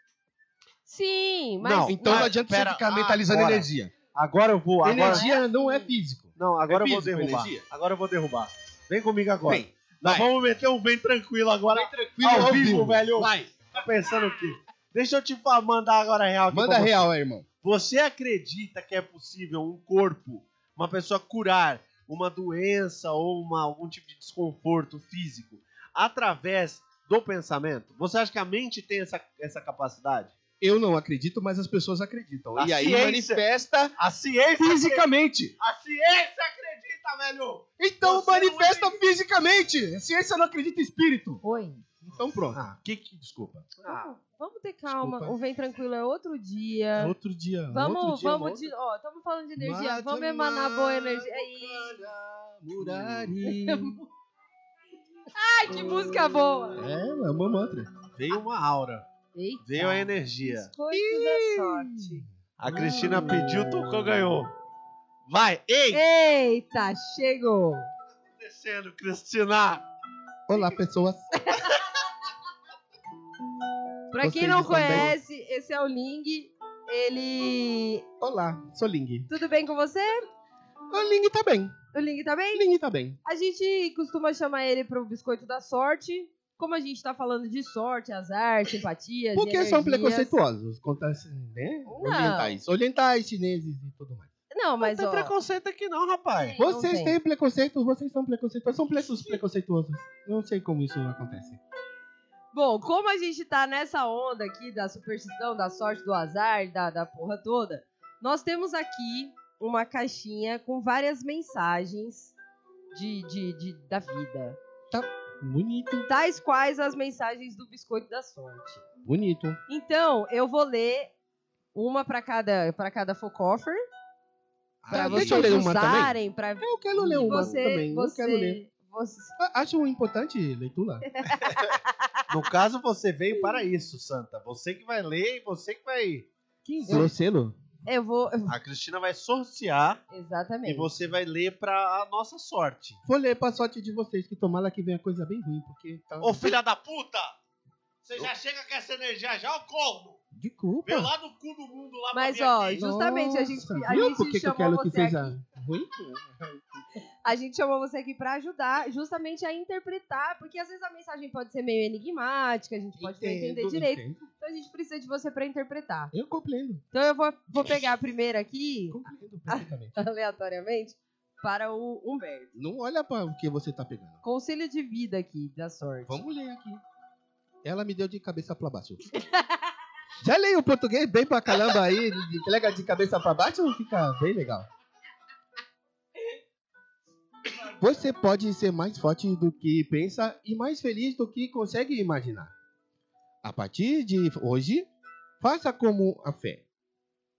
B: Sim, mas.
C: Não,
D: então não
C: mas,
D: adianta
C: pera,
D: você ficar mentalizando
C: agora.
D: energia.
C: Agora eu vou. Agora... assim.
D: energia não é físico.
C: Não, agora eu vou
D: físico,
C: derrubar.
D: energia.
C: Agora eu vou derrubar. Vem comigo agora.
D: Vem,
C: Nós
D: vai.
C: vamos meter um bem tranquilo agora.
D: Tranquilo,
C: ao vivo, velho.
D: Vai.
C: Tá pensando o quê? Deixa eu te fa- mandar agora a real. aqui
D: Manda
C: pra você.
D: real aí, irmão.
C: Você acredita que é possível um corpo, uma pessoa curar uma doença ou uma- algum tipo de desconforto físico através do pensamento? Você acha que a mente tem essa, essa capacidade?
D: Eu não acredito, mas as pessoas acreditam.
C: A
D: e aí
C: ciência.
D: manifesta
C: A ciência,
D: fisicamente.
C: a ciência acredita, velho!
D: Então
C: Você é um
D: manifesta fisicamente. A ciência não acredita em espírito.
B: Oi.
D: Então pronto.
C: Ah, que que... Desculpa.
B: Vamos,
D: é-
B: vamos ter calma.
D: Desculpa.
B: O Vem Tranquilo é outro dia.
D: Outro dia. um
B: Vamos,
D: outro dia,
B: vamos de. Ó, estamos falando de energia. vamos emanar boa energia. É isso.
D: Murari.
B: Ai, que música boa!
D: É, é uma mantra.
C: Veio uma aura,
B: Eita.
C: veio a energia.
B: Biscoito da sorte.
C: A Cristina pediu, tocou, ganhou. Vai, ei!
B: Eita, chegou!
C: Descendo, Cristina!
D: Olá, pessoas.
B: Pra
D: Vocês
B: quem não
D: estão bem?
B: conhece, esse é o Ling. Ele.
D: Olá, sou Ling.
B: Tudo bem com você?
D: O Ling tá bem.
B: O Ling tá bem?
D: Ling tá bem.
B: A gente costuma chamar ele pro biscoito da sorte. Como a gente tá falando de sorte, azar, simpatia.
D: Porque são preconceituosos. Contra, né?
B: Não.
D: Orientais. Orientais, chineses e tudo mais.
B: Não, mas
C: Não tem
B: ó.
C: preconceito aqui não, rapaz.
B: Não
D: Vocês
B: tem.
D: têm preconceito, vocês são preconceituosos. São pretos preconceituosos. Não sei como isso acontece.
B: Bom, como a gente tá nessa onda aqui da superstição, da sorte, do azar, da, da porra toda, nós temos aqui uma caixinha com várias mensagens de, de, de- da vida.
D: Bonito,
B: Tais quais as mensagens do Biscoito da Sorte.
D: bonito.
B: Então, eu vou ler uma pra cada, pra cada focoffer. Pra
D: Ah,
B: vocês
D: deixa eu ler uma também.
B: usarem, pra
D: Eu quero ler uma
B: você,
D: também. Eu
B: Você,
D: quero ler.
B: você-
D: Ah, Acho importante
B: [laughs]
D: leitura.
C: No caso, você veio para isso, Santa. Você que vai ler e você que vai.
D: Grosseiro?
B: Eu vou.
C: A Cristina vai sortear e
B: Exatamente.
C: você vai ler para a nossa sorte.
D: Vou ler pra sorte de vocês, que tomara que venha coisa bem ruim, porque tá.
C: Ô filha da puta! Você já chega com essa energia já, ô corno!
D: Desculpa.
C: Veio lá do cu do mundo lá pra
B: Mas,
C: vir
B: ó,
C: aqui.
B: justamente a gente,
D: Nossa,
B: a
D: viu
B: gente
D: por que que eu
B: chamou
D: quero
B: você
D: que seja
B: aqui.
D: ruim?
B: A gente chamou você aqui pra ajudar, justamente a interpretar, porque às vezes a mensagem pode ser meio enigmática, a gente pode não entender
D: Entendo,
B: direito,
D: entendo.
B: então a gente precisa de você pra interpretar.
D: Eu compreendo,
B: Então eu vou, vou pegar a primeira aqui, [laughs]
D: compreendo
B: Ah.
D: perfeitamente.
B: aleatoriamente, para o Humberto.
D: Não olha pra o que você tá pegando.
B: Conselho de vida aqui, da sorte.
D: Vamos ler aqui. Ela me deu de cabeça pra baixo. Já leio o português bem pra caramba aí, de- de- entrega de cabeça pra baixo, fica bem legal. Você pode ser mais forte do que pensa e mais feliz do que consegue imaginar. A partir de hoje, faça como a fé.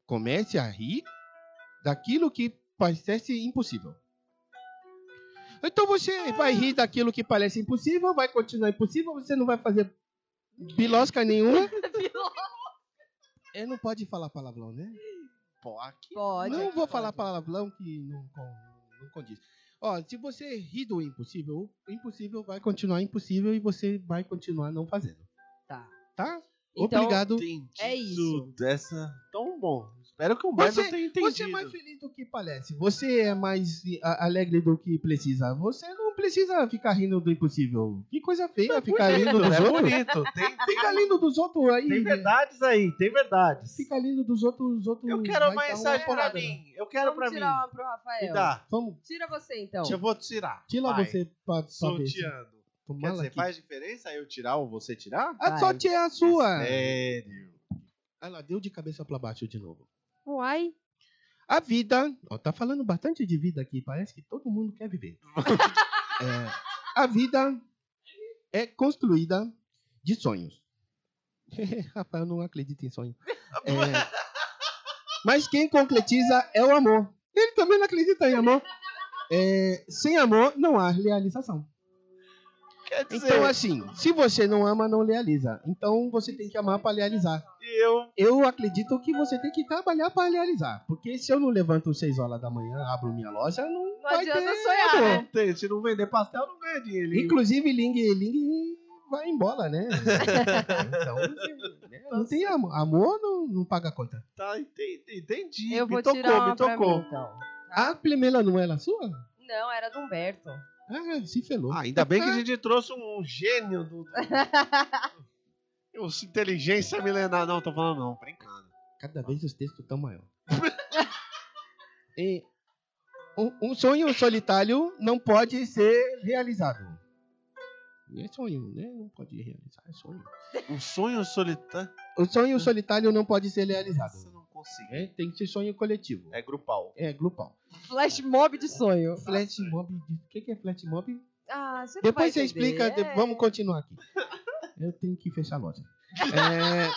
D: Comece a rir daquilo que parece impossível. Então
B: Ah.
D: você vai rir daquilo que parece impossível, vai continuar impossível, você não vai fazer bilosca
B: [laughs]
D: nenhuma. É, não pode falar palavrão, né?
C: Pô, aqui-
B: Pode.
D: não
B: aqui,
D: vou
B: pode.
D: falar palavrão que não, con- não condiz. Ó, se você rir do impossível, o impossível vai continuar impossível e você vai continuar não fazendo.
B: Tá.
D: Tá?
B: Então,
D: Obrigado.
C: Entendido
B: É isso.
C: Dessa... Tão bom. Espero que o Humberto
D: Você-
C: tenha entendido.
D: Você é mais feliz do que parece. Você é mais a- alegre do que precisa. Você não precisa ficar rindo do impossível. Que coisa feia ficar
C: bonito,
D: rindo dos
C: é
D: outros.
C: bonito. Tem,
D: Fica lindo dos outros aí.
C: tem verdades aí, tem verdades.
D: Fica lindo dos outros. Os outros
C: Eu quero
D: vai
C: uma
D: dar
C: mensagem pra
D: porrada. né?
C: mim. Eu quero
B: Vamos
C: pra
B: tirar então.
C: mim.
B: uma pro
C: Me
B: Rafael.
C: dá.
D: Vamos,
B: Tira você, então.
C: Eu vou tirar.
D: tira
C: Vai.
D: você pra, pra ver. se-
C: Sorteando.
D: Toma
C: Quer
D: ela
C: dizer,
D: aqui.
C: faz diferença eu tirar ou você tirar?
D: A
B: Vai.
D: sorte é a sua.
C: Sério.
D: Ela deu de cabeça pra baixo de novo.
B: Uai.
D: A vida. Ó, tá falando bastante de vida aqui. Parece que todo mundo quer viver. A vida é construída de sonhos. [laughs] Rafael não acredita em sonho. É, mas quem concretiza é o amor. Ele também não acredita em amor. É, sem amor não há realização.
C: Quer dizer,
D: Então, assim, se você não ama, não realiza. Então você tem que amar para realizar.
C: eu.
D: Eu acredito que você tem que trabalhar para realizar. Porque se eu não levanto às 6 horas da manhã, abro minha loja, não,
B: Não
D: vai
B: adianta
D: ter
B: sonhar,
D: amor.
B: né?
C: Não tem, se não vender pastel, não ganha dinheiro. hein?
D: Inclusive, Ling, Ling vai
C: [laughs]
D: embora, né? então, né, não tem amor. Amor não, não paga a conta.
C: Tá, entendi. entendi.
B: Eu vou
C: me tocou,
B: tirar uma
C: me
B: pra
C: tocou.
B: mim, então.
D: A primeira não era sua?
B: Não, era do Humberto.
D: Ah, se felou.
C: Ah, ainda
B: [laughs]
C: bem que a gente trouxe um gênio do. Os inteligência milenar. Não, tô falando não, brincando.
D: [laughs] Cada vez os textos estão maior. [laughs] E um, um sonho solitário não pode ser realizado. É sonho, né? Não pode realizar, é sonho.
C: Um sonho solitário.
D: O sonho solitário não pode ser realizado.
C: Você não conseguiu.
D: Hum. É, tem que ser sonho coletivo.
C: É grupal.
D: É, grupal. Ah.
B: Flash mob de sonho.
D: Flash mob. O que que é flash mob?
B: Ah, você não vai
D: Depois você
B: entender.
D: explica, de-
B: É.
D: vamos continuar aqui. [laughs] Eu tenho que fechar a loja. É,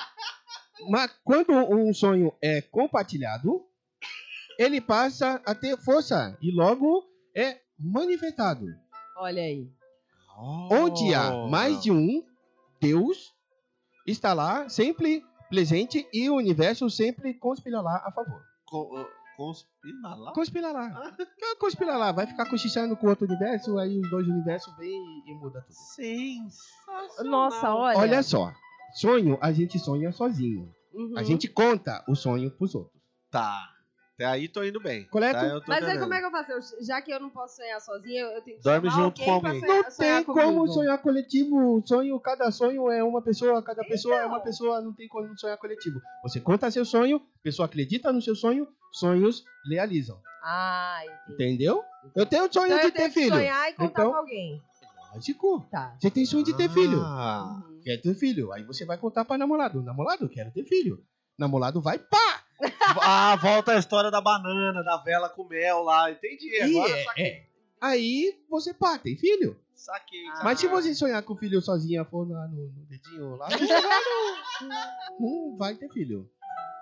D: mas quando um sonho é compartilhado, ele passa a ter força e logo é manifestado.
B: Olha aí.
D: Onde
C: Oh.
D: há mais de um, Deus está lá sempre presente e o universo sempre conspirará a favor.
C: Co- uh, Conspira lá?
D: Conspira
B: Ah.
D: lá. Conspira lá, vai ficar cochichando com outro universo, aí os dois universos vêm e- e muda tudo.
C: Sensacional.
B: Nossa, olha.
D: Olha só, sonho a gente sonha sozinho.
B: Uhum.
D: A gente conta o sonho pros outros.
C: Tá. Até aí tô indo bem.
D: Correto?
C: Tá, eu tô
B: Mas aí
C: entendendo.
B: como é que eu faço? Eu- já que eu não posso sonhar sozinha, eu eu tenho que
C: Dorme
B: chamar
C: junto
B: alguém
C: com
B: pra
C: alguém.
B: sonhar-
D: Não
B: É, sonhar
D: tem como
B: comigo.
D: sonhar coletivo. O Sonho, cada sonho é uma pessoa,
B: Então.
D: cada pessoa é uma pessoa, não tem como sonhar coletivo. Você conta seu sonho, a pessoa acredita no seu sonho, sonhos realizam.
B: Ah, entendi.
D: Entendeu? Eu tenho o sonho
B: Então
D: de
B: eu tenho
D: ter
B: que
D: filho.
B: sonhar e contar
D: Então-
B: com alguém.
D: Lógico.
B: Tá.
D: Você tem sonho de ter filho.
C: Ah.
B: Uhum.
D: Quer ter filho. Aí você vai contar pra namorado. Namorado, quero ter filho. Namorado vai pá!
C: [laughs] Ah, volta a história da banana, da vela com mel lá. Entendi.
D: E
C: Agora
D: é, é. Aí você pá, tem filho.
C: saquei.
B: Ah.
D: Mas se você sonhar com o filho sozinha, for lá no, no dedinho lá, você não, não vai ter filho.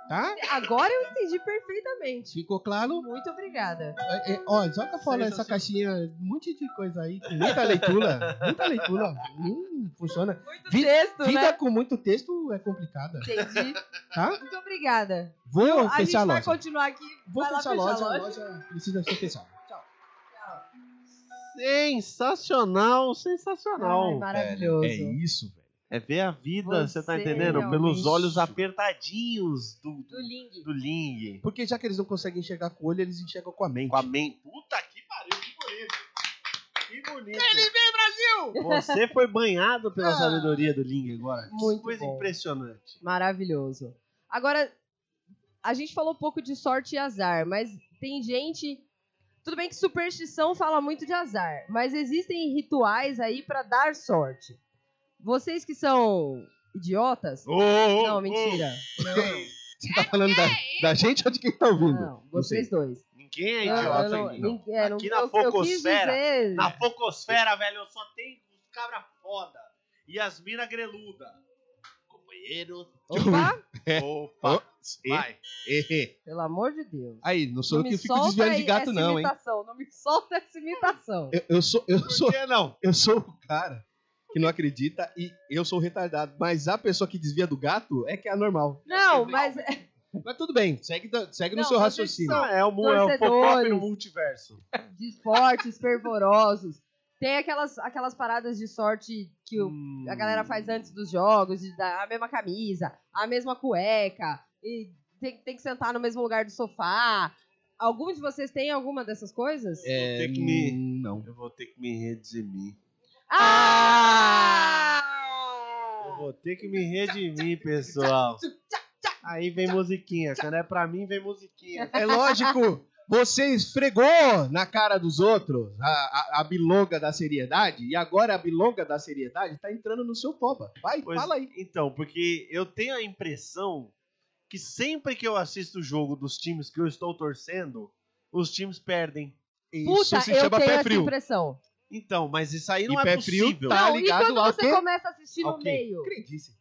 D: Tá?
B: Agora eu entendi perfeitamente.
D: Ficou claro?
B: Muito obrigada.
D: É, é, ó, joga fora
B: assim.
D: essa caixinha, um monte de coisa aí, com muita leitura. Muita leitura. Hum, funciona.
B: Muito
D: Vi-
B: texto,
D: Vida
B: né?
D: com muito texto é complicada.
B: Entendi.
D: Tá?
B: Muito obrigada.
D: Vou
B: a gente
D: fechar a
B: vai
D: loja.
B: continuar aqui.
D: Vou
B: vai lá
D: fechar a
B: fechar
D: loja,
B: a
D: a
B: loja.
D: loja precisa ser fechada.
C: Sensacional, sensacional.
B: Ai, maravilhoso.
D: isso, velho.
C: É ver a vida, você, tá
B: Você
C: entendendo?
B: realmente-
C: Pelos olhos apertadinhos do,
B: Do Ling.
C: do Ling.
D: Porque já que eles não conseguem enxergar com o olho, eles enxergam com a mente.
C: Com a men... Puta que pariu, que bonito. Que bonito. Ele vem, Brasil! Ah. Você foi banhado pela sabedoria do Ling agora. Que
B: Muito
C: coisa
B: bom.
C: impressionante.
B: Maravilhoso. Agora, a gente falou um pouco de sorte e azar, mas tem gente. Tudo bem que superstição fala muito de azar, mas existem rituais aí pra dar sorte. Vocês que são idiotas. não, mentira.
D: Você tá falando da, da gente ou de quem tá ouvindo?
B: Não, vocês dois.
C: Ninguém é
B: Não,
C: idiota
B: eu não-
C: aqui.
B: nem- é, não-
C: Aqui na
B: eu- eu quis
C: focosfera.
B: dizer-
C: Na focosfera, velho, eu só tenho uns cabra foda. E as mina greluda. Companheiro.
B: Opa,
D: É.
C: Opa. Vai.
B: pelo amor de Deus.
D: Aí, não sou eu
B: Não me
D: que fico
B: solta
D: desviando de
B: aí
D: gato,
B: essa
D: não, hein?
B: imitação, Não me solta essa imitação.
D: Eu, eu sou, eu
C: Por
D: sou,
C: que não?
D: eu sou o cara que não acredita e eu sou o retardado. Mas a pessoa que desvia do gato é que é anormal.
B: Não, mas
D: Mas tudo bem, segue, da- segue no
B: Não,
D: seu
B: mas eu
D: raciocínio.
B: sou-
C: É o, mu- é o pop
B: Torcedores.
C: no multiverso.
B: de esportes fervorosos. Tem aquelas, aquelas paradas de sorte que o-
D: Hum,
B: a galera faz antes dos jogos, de dar a mesma camisa, a mesma cueca, e tem, tem que sentar no mesmo lugar do sofá. Algum de vocês tem alguma dessas coisas?
D: É,
C: Tem que me-
D: hum, Não.
C: Eu vou ter que me redimir.
D: Ah,
C: Eu
B: Ah!
C: vou ter que me redimir, pessoal. Aí vem musiquinha. Quando é pra mim, vem musiquinha.
D: É lógico, você esfregou na cara dos outros a, a, a bilonga da seriedade e agora a bilonga da seriedade tá entrando no seu toba. Vai,
C: Pois-
D: fala aí.
C: Então, porque eu tenho a impressão que sempre que eu assisto o jogo dos times que eu estou torcendo, os times perdem.
B: Puta, eu tenho essa impressão.
C: Então, mas isso aí
D: E
C: não é
D: pé frio,
C: possível.
D: tá
B: não,
D: ligado
B: e quando
D: ao
B: você
D: quê?
B: começa a assistir
D: Ao
B: no
D: quê?
B: meio?
D: Crendice.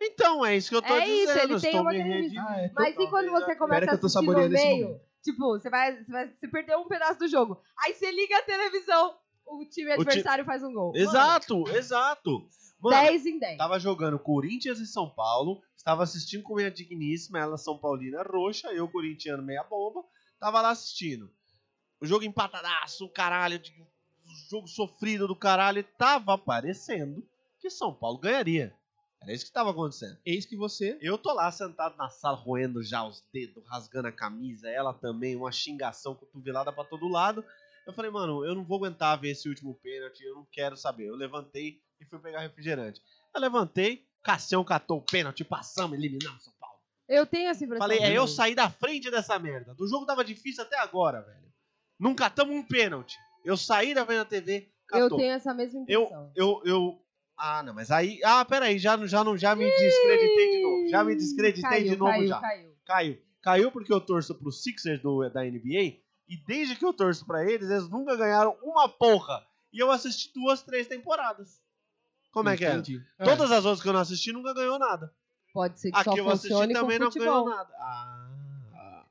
C: Então, é isso que eu tô
B: É isso,
C: dizendo.
B: ele tem
C: estou
B: uma
C: me
B: crendice.
C: redimindo.
D: Ah, é.
B: Mas e quando você começa
D: que
B: a
D: eu tô
B: assistir no
D: saboreando esse
B: meio? Tipo, você vai, você vai. Você perdeu um pedaço do jogo. Aí você liga a televisão, o time
C: ti-
B: adversário faz um gol.
C: Exato, exato.
B: Mano,
C: Mano, tá-
B: 10 em 10.
C: Tava jogando Corinthians e São Paulo. Estava assistindo com minha digníssima, ela São Paulina roxa, eu corintiano meia bomba. Tava lá assistindo. O jogo empatadaço, caralho. de- Jogo sofrido do caralho. E tava parecendo que São Paulo ganharia. Era isso que tava acontecendo.
D: Eis que você.
C: Eu tô lá sentado na sala, roendo já os dedos, rasgando a camisa, ela também, uma xingação, cotovelada pra todo lado. Eu falei, mano, eu não vou aguentar ver esse último pênalti, eu não quero saber. Eu levantei e fui pegar refrigerante. Eu levantei, Cassião catou o pênalti, passamos, eliminamos São Paulo.
B: Eu tenho essa impressão.
C: Falei, é
B: também.
C: eu sair da frente dessa merda. Do jogo tava difícil até agora, velho. Não catamos um pênalti. Eu saí da frente da TV, catou.
B: Eu tenho essa mesma
C: Eu,
B: impressão.
C: eu, eu. Ah, não, mas aí. Ah, peraí, já, não- já, não, já me descreditei de novo. Já me descreditei
B: Caiu,
C: de novo
B: caiu,
C: já.
B: Caiu.
C: Caiu. Caiu porque eu torço pro Sixers do- da NBA. E desde que eu torço pra eles, eles nunca ganharam uma porra. E eu assisti duas, três temporadas. Como é que é?
D: Entendi.
C: Todas as outras que eu não assisti nunca ganhou nada.
B: Pode ser que
C: A
B: só
C: que eu assisti
B: funcione
C: também
B: com
C: não ganhou
B: futebol.
C: nada. Ah.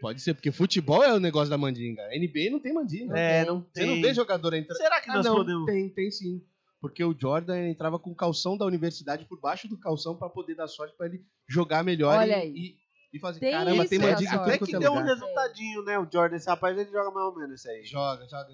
D: Pode ser, porque futebol é o negócio da mandinga. NBA não tem mandinga.
C: É, não
D: Você
C: tem.
D: não vê jogador entrar.
C: Será que
D: Ah,
C: nós
D: não,
C: podemos.
D: tem, tem sim. Porque o Jordan ele entrava com o calção da universidade por baixo do calção pra poder dar sorte pra ele jogar melhor
B: Olha
D: e,
B: aí.
D: e, e fazer.
B: Tem
D: Caramba,
B: isso,
D: tem
B: olha
D: mandinga
B: só.
D: em tudo
C: Até
B: Tem
D: quanto
C: que
D: é
C: deu um
D: lugar.
C: resultadinho, né? O Jordan, esse rapaz, ele joga mais ou menos isso aí.
D: Joga, joga.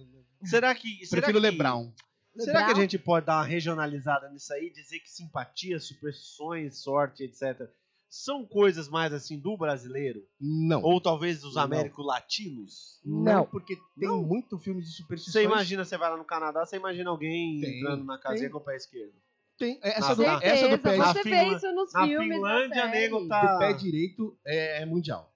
C: Será que. será
D: Uhum. Prefiro o
C: que-
D: Lebron.
C: Será que a
B: Lebron?
C: gente pode dar uma regionalizada nisso aí, dizer que simpatia, superstições, sorte, etc., são coisas mais assim do brasileiro?
D: Não.
C: Ou talvez dos
D: Não.
C: américos latinos?
D: Não, porque tem
C: Não.
D: muito filme de
C: Você
D: superstições.
C: imagina, você vai lá no Canadá, você imagina alguém
D: Tem,
C: entrando na casinha
D: tem.
C: com o pé esquerdo.
D: Tem. é, Essa, do,
C: Na-
D: essa do pé,
B: Certeza,
C: Na
B: você vê
C: Finla-
B: isso nos
C: Na
B: filmes.
C: Finlândia,
B: na série.
C: nego
D: do
C: tá.
D: pé direito é, é mundial.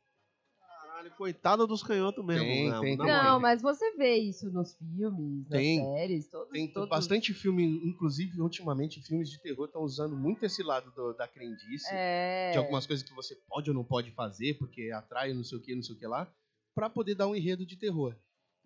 C: Caralho, coitado dos canhotos mesmo.
D: Tem,
C: né?
D: tem,
C: Na
D: tem.
C: moral.
B: Não, mas você vê isso nos filmes, nas
D: Tem.
B: séries, todos,
D: Tem
B: todos
D: bastante filme, inclusive ultimamente filmes de terror estão usando muito esse lado do- da crendice.
B: É.
D: de algumas coisas que você pode ou não pode fazer, porque atrai não sei o que, não sei o que lá, pra poder dar um enredo de terror.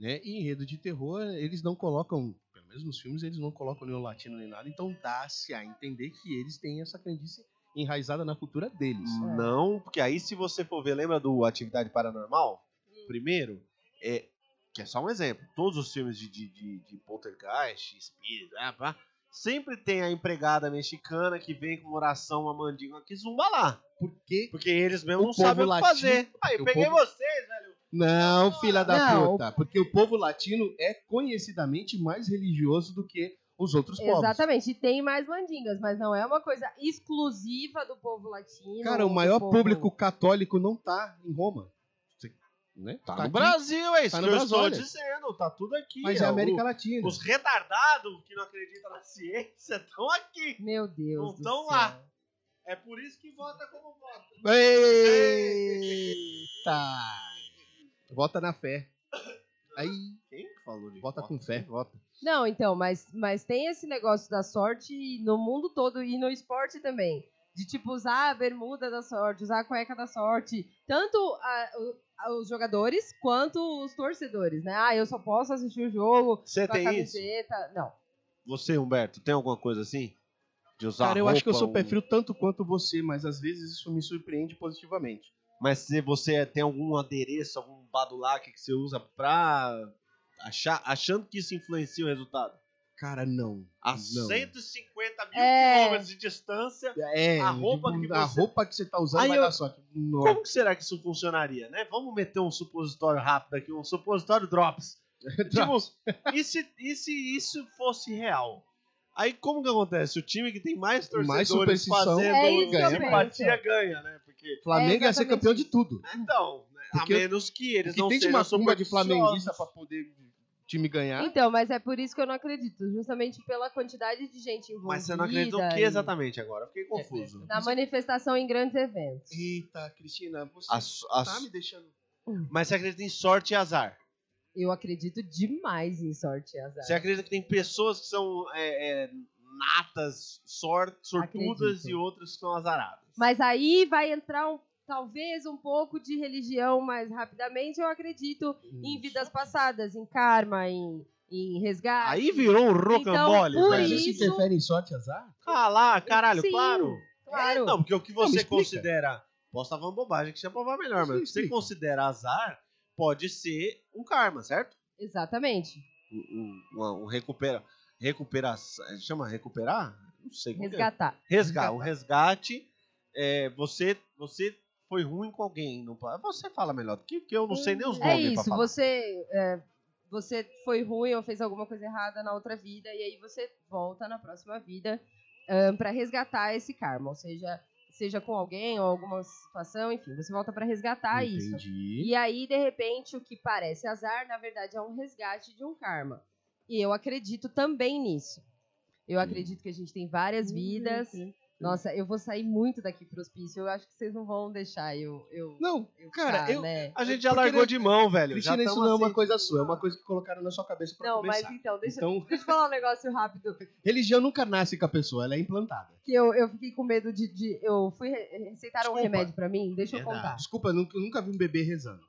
D: Né? E enredo de terror, eles não colocam, pelo menos nos filmes, eles não colocam nenhum latino nem nada, então dá-se a entender que eles têm essa crendice enraizada na cultura deles.
B: Hum.
C: Não, porque aí se você for ver, lembra do Atividade Paranormal? Primeiro, é, que é só um exemplo. Todos os filmes de, de, de, de poltergeist, espírito, ah, pá, sempre tem a empregada mexicana que vem com uma oração, uma mandinga que zumba lá.
D: Porque.
C: Porque eles
D: O
C: mesmos não
D: povo
C: sabem o que
D: latino-
C: fazer. Aí,
D: o
C: peguei tá
D: povo-
C: vocês, velho.
D: Não, filha da
B: Não,
D: puta! Porque o povo latino é conhecidamente mais religioso do que os outros povos.
B: Exatamente, e tem mais mandingas, mas não é uma coisa exclusiva do povo latino.
D: Cara,
B: ou
D: o
B: do
D: maior
C: tipo,
B: povo-
D: público católico não tá em Roma. Você- né?
C: Tá,
D: aqui,
C: no Brasil, é isso
D: tá
C: que
D: no
C: eu
D: Brasil,
C: estou
D: olha.
C: dizendo. Tá tudo aqui.
D: Mas é
C: ó,
D: América
C: o-
D: Latina.
C: os retardados que não acreditam na ciência [laughs] estão aqui.
B: Meu Deus.
C: Não
B: do
C: tão
B: céu.
C: lá. É por isso que vota como vota.
D: Eita! Vota na fé. Aí,
C: Quem que falou de
D: vota com fé. Vota.
B: Não, então, mas, mas tem esse negócio da sorte no mundo todo e no esporte também. De tipo, usar a bermuda da sorte, usar a cueca da sorte. Tanto a- o- a- os jogadores quanto os torcedores, né? Ah, eu só posso assistir o jogo
C: Você
B: com a
C: tem isso?
B: camiseta. Não.
C: Você, Humberto, tem alguma coisa assim? De usar
D: Cara, eu acho que eu
C: roupa,
D: sou pé
C: um-
D: frio tanto quanto você, mas às vezes isso me surpreende positivamente.
C: Mas se você tem algum adereço, algum badulac que você usa pra achar, achando que isso influencia o resultado.
D: Cara, não.
C: A
D: Não.
C: 150 mil
B: É.
C: quilômetros de distância.
D: É,
C: A roupa que
D: a
C: você-
D: roupa que você tá usando
C: Aí
D: vai
C: eu- É,
D: dar sorte. Nossa.
C: Como que será que isso funcionaria, né? Vamos meter um supositório rápido aqui, um supositório
D: [laughs]
C: drops. Tipo, e se, e se isso fosse real? Aí como que acontece? O time que tem mais torcedores
D: Mais superstição,
C: fazendo
B: É isso que eu
C: simpatia ganha, né? Porque,
D: Flamengo
B: É,
D: ia ser
B: exatamente
D: campeão de
B: isso.
D: tudo.
C: então, né, a
D: Porque o-
C: menos que eles
D: Que
C: não
D: tem de
C: sejam
D: macumba de
C: supersticiosos.
D: flamenguista pra poder time ganhar.
B: Então, mas é por isso que eu não acredito. Justamente pela quantidade de gente envolvida.
C: Mas você não acredita o que
B: e-
C: exatamente agora? Eu
B: É
C: Fiquei confuso.
B: Na manifestação em grandes eventos.
D: Eita, Cristina, você
C: A so- a
D: tá
C: so-
D: me deixando.
C: mas você acredita em sorte e azar.
B: Eu acredito demais em sorte e azar.
C: Você acredita que tem pessoas que são é, é, natas, sor- sortudas
B: Acredito.
C: e outras que são azaradas.
B: Mas aí vai entrar um- talvez um pouco
C: Hum.
B: de religião mais rapidamente. Eu acredito em vidas passadas, em karma, em em resgate.
C: Aí virou um rocambole.
B: Então, por
C: velho.
D: Mas isso
B: isso-
D: interfere em sorte e azar?
C: Ah lá, caralho,
B: Sim,
C: claro.
B: claro.
C: É, não, porque o que
D: me
C: você
D: explica.
C: considera. Posso estar falando bobagem que você provar melhor, mas o
D: Sim,
C: que você
D: sim.
C: considera azar pode ser um karma, certo?
B: Exatamente.
C: Um, um- um recupera. Recuperação. Chama recuperar? Não sei. como que é.
B: Resgatar.
C: Resgar. Um resgate. é, você, você foi ruim com alguém. Não, pa- você fala melhor, porque que eu não sei nem os nomes
B: É
C: pra
B: isso,
C: falar.
B: você, é, você foi ruim ou fez alguma coisa errada na outra vida, e aí você volta na próxima vida para resgatar esse karma. Ou seja, seja com alguém ou alguma situação, enfim, você volta para resgatar É isso.
D: Entendi.
B: E aí, de repente, o que parece azar, na verdade, é um resgate de um karma. E eu acredito também nisso. Eu acredito que a gente tem várias vidas. Nossa, eu vou sair muito daqui pro hospício. Eu acho que vocês não vão deixar eu. eu,
D: Não,
B: eu
D: cara,
B: ficar,
D: eu-
B: né?
C: A gente já
D: Porque
C: largou
D: não-
C: de mão, velho. Já
D: Cristina, isso
C: tamo
D: não é uma
C: assim.
D: coisa sua, é uma coisa que colocaram na sua cabeça pra
B: Não,
D: começar.
B: mas então, deixa,
D: Então,
B: deixa eu falar um negócio rápido.
D: religião nunca nasce com a pessoa, ela é implantada.
B: Que eu, eu fiquei com medo de. de- eu fui. re- Receitaram um
D: Desculpa.
B: remédio pra mim? Deixa eu
D: Verdade.
B: contar.
D: Desculpa, eu nunca, eu nunca vi um bebê rezando.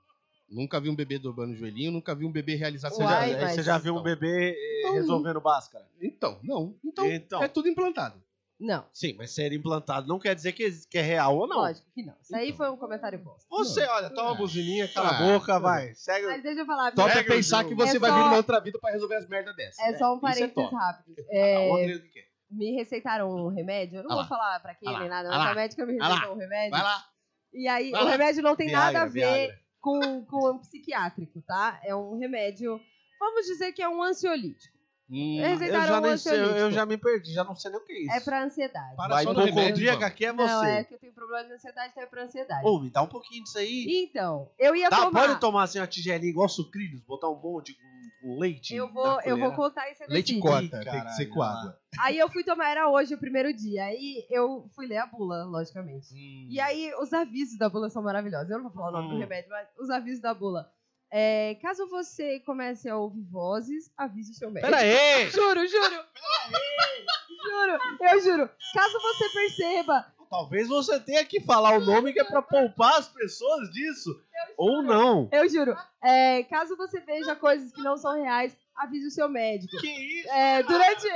D: Nunca vi um bebê dobrando o joelhinho, nunca vi um bebê realizar
C: Você,
B: Uai,
C: já,
B: mas- então.
C: você já viu um bebê eh, resolvendo báscara?
D: Então, não. Então,
C: Então.
D: é tudo implantado.
B: Não,
C: Sim, mas ser implantado não quer dizer que, que é real ou não.
B: lógico que não. Isso aí
D: Então.
B: foi um comentário bom.
C: Você, olha, toma a
D: Ah.
C: buzininha, cala a
D: Ah,
C: boca,
D: tudo
C: vai. Segue.
B: Mas deixa eu falar.
D: Top é
C: Segue o
D: pensar
C: jogo.
D: que você
B: É
D: vai
B: só-
D: vir numa outra vida pra resolver as merdas dessas.
B: É só um
D: Isso é
B: parênteses
D: top. Tá
B: rápido. É,
C: Outra vez o que é.
B: me receitaram um remédio. Eu não
D: Ah
B: vou
D: lá.
B: falar pra quem
D: Ah lá.
B: nem nada.
D: Ah lá.
B: Mas a médica me
D: Ah lá.
B: receitou um remédio.
D: Vai lá.
B: E aí,
D: Vai
B: o
D: lá.
B: remédio não tem
C: Viagra,
B: nada a ver
C: Viagra.
B: com, com um psiquiátrico, tá? É um remédio. Vamos dizer que é um ansiolítico.
D: Hum,
C: Eu
B: Receitaram
C: já,
B: um
C: nem sei, eu- eu
B: ansiolítico.
C: já me perdi, já não sei nem o que é isso.
B: É pra ansiedade.
D: Para
C: Vai,
D: só no remédio,
C: hipocondríaca
D: vamos.
C: aqui é você.
B: Não, é que eu tenho problema de ansiedade, então é pra ansiedade.
C: Ô, me dá um pouquinho disso aí.
B: Então, eu ia
C: Dá-
B: tomar.
C: pode tomar assim uma tigelinha igual sucrilhos, botar um monte com um leite?
B: Eu
C: na
B: vou, eu vou
C: colherada?
B: contar esse
D: Leite
B: anedocínio.
D: cota, tem que
C: Caralho,
D: ser com
C: olha lá.
D: água.
B: Aí eu fui tomar, era hoje o primeiro dia. Aí eu fui ler a bula, logicamente. E aí os avisos da bula são maravilhosos. Eu não vou falar o nome do
C: Hum.
B: remédio, mas os avisos da bula. É, caso você comece a ouvir vozes, avise o seu médico.
C: Pera aí!
B: Juro, juro. juro, eu juro. Caso você perceba,
C: Talvez você tenha que falar o nome que é pra poupar as pessoas disso. Ou não.
B: eu juro. É, caso você veja coisas que não são reais, avise o seu médico.
C: Que isso?
B: É, durante,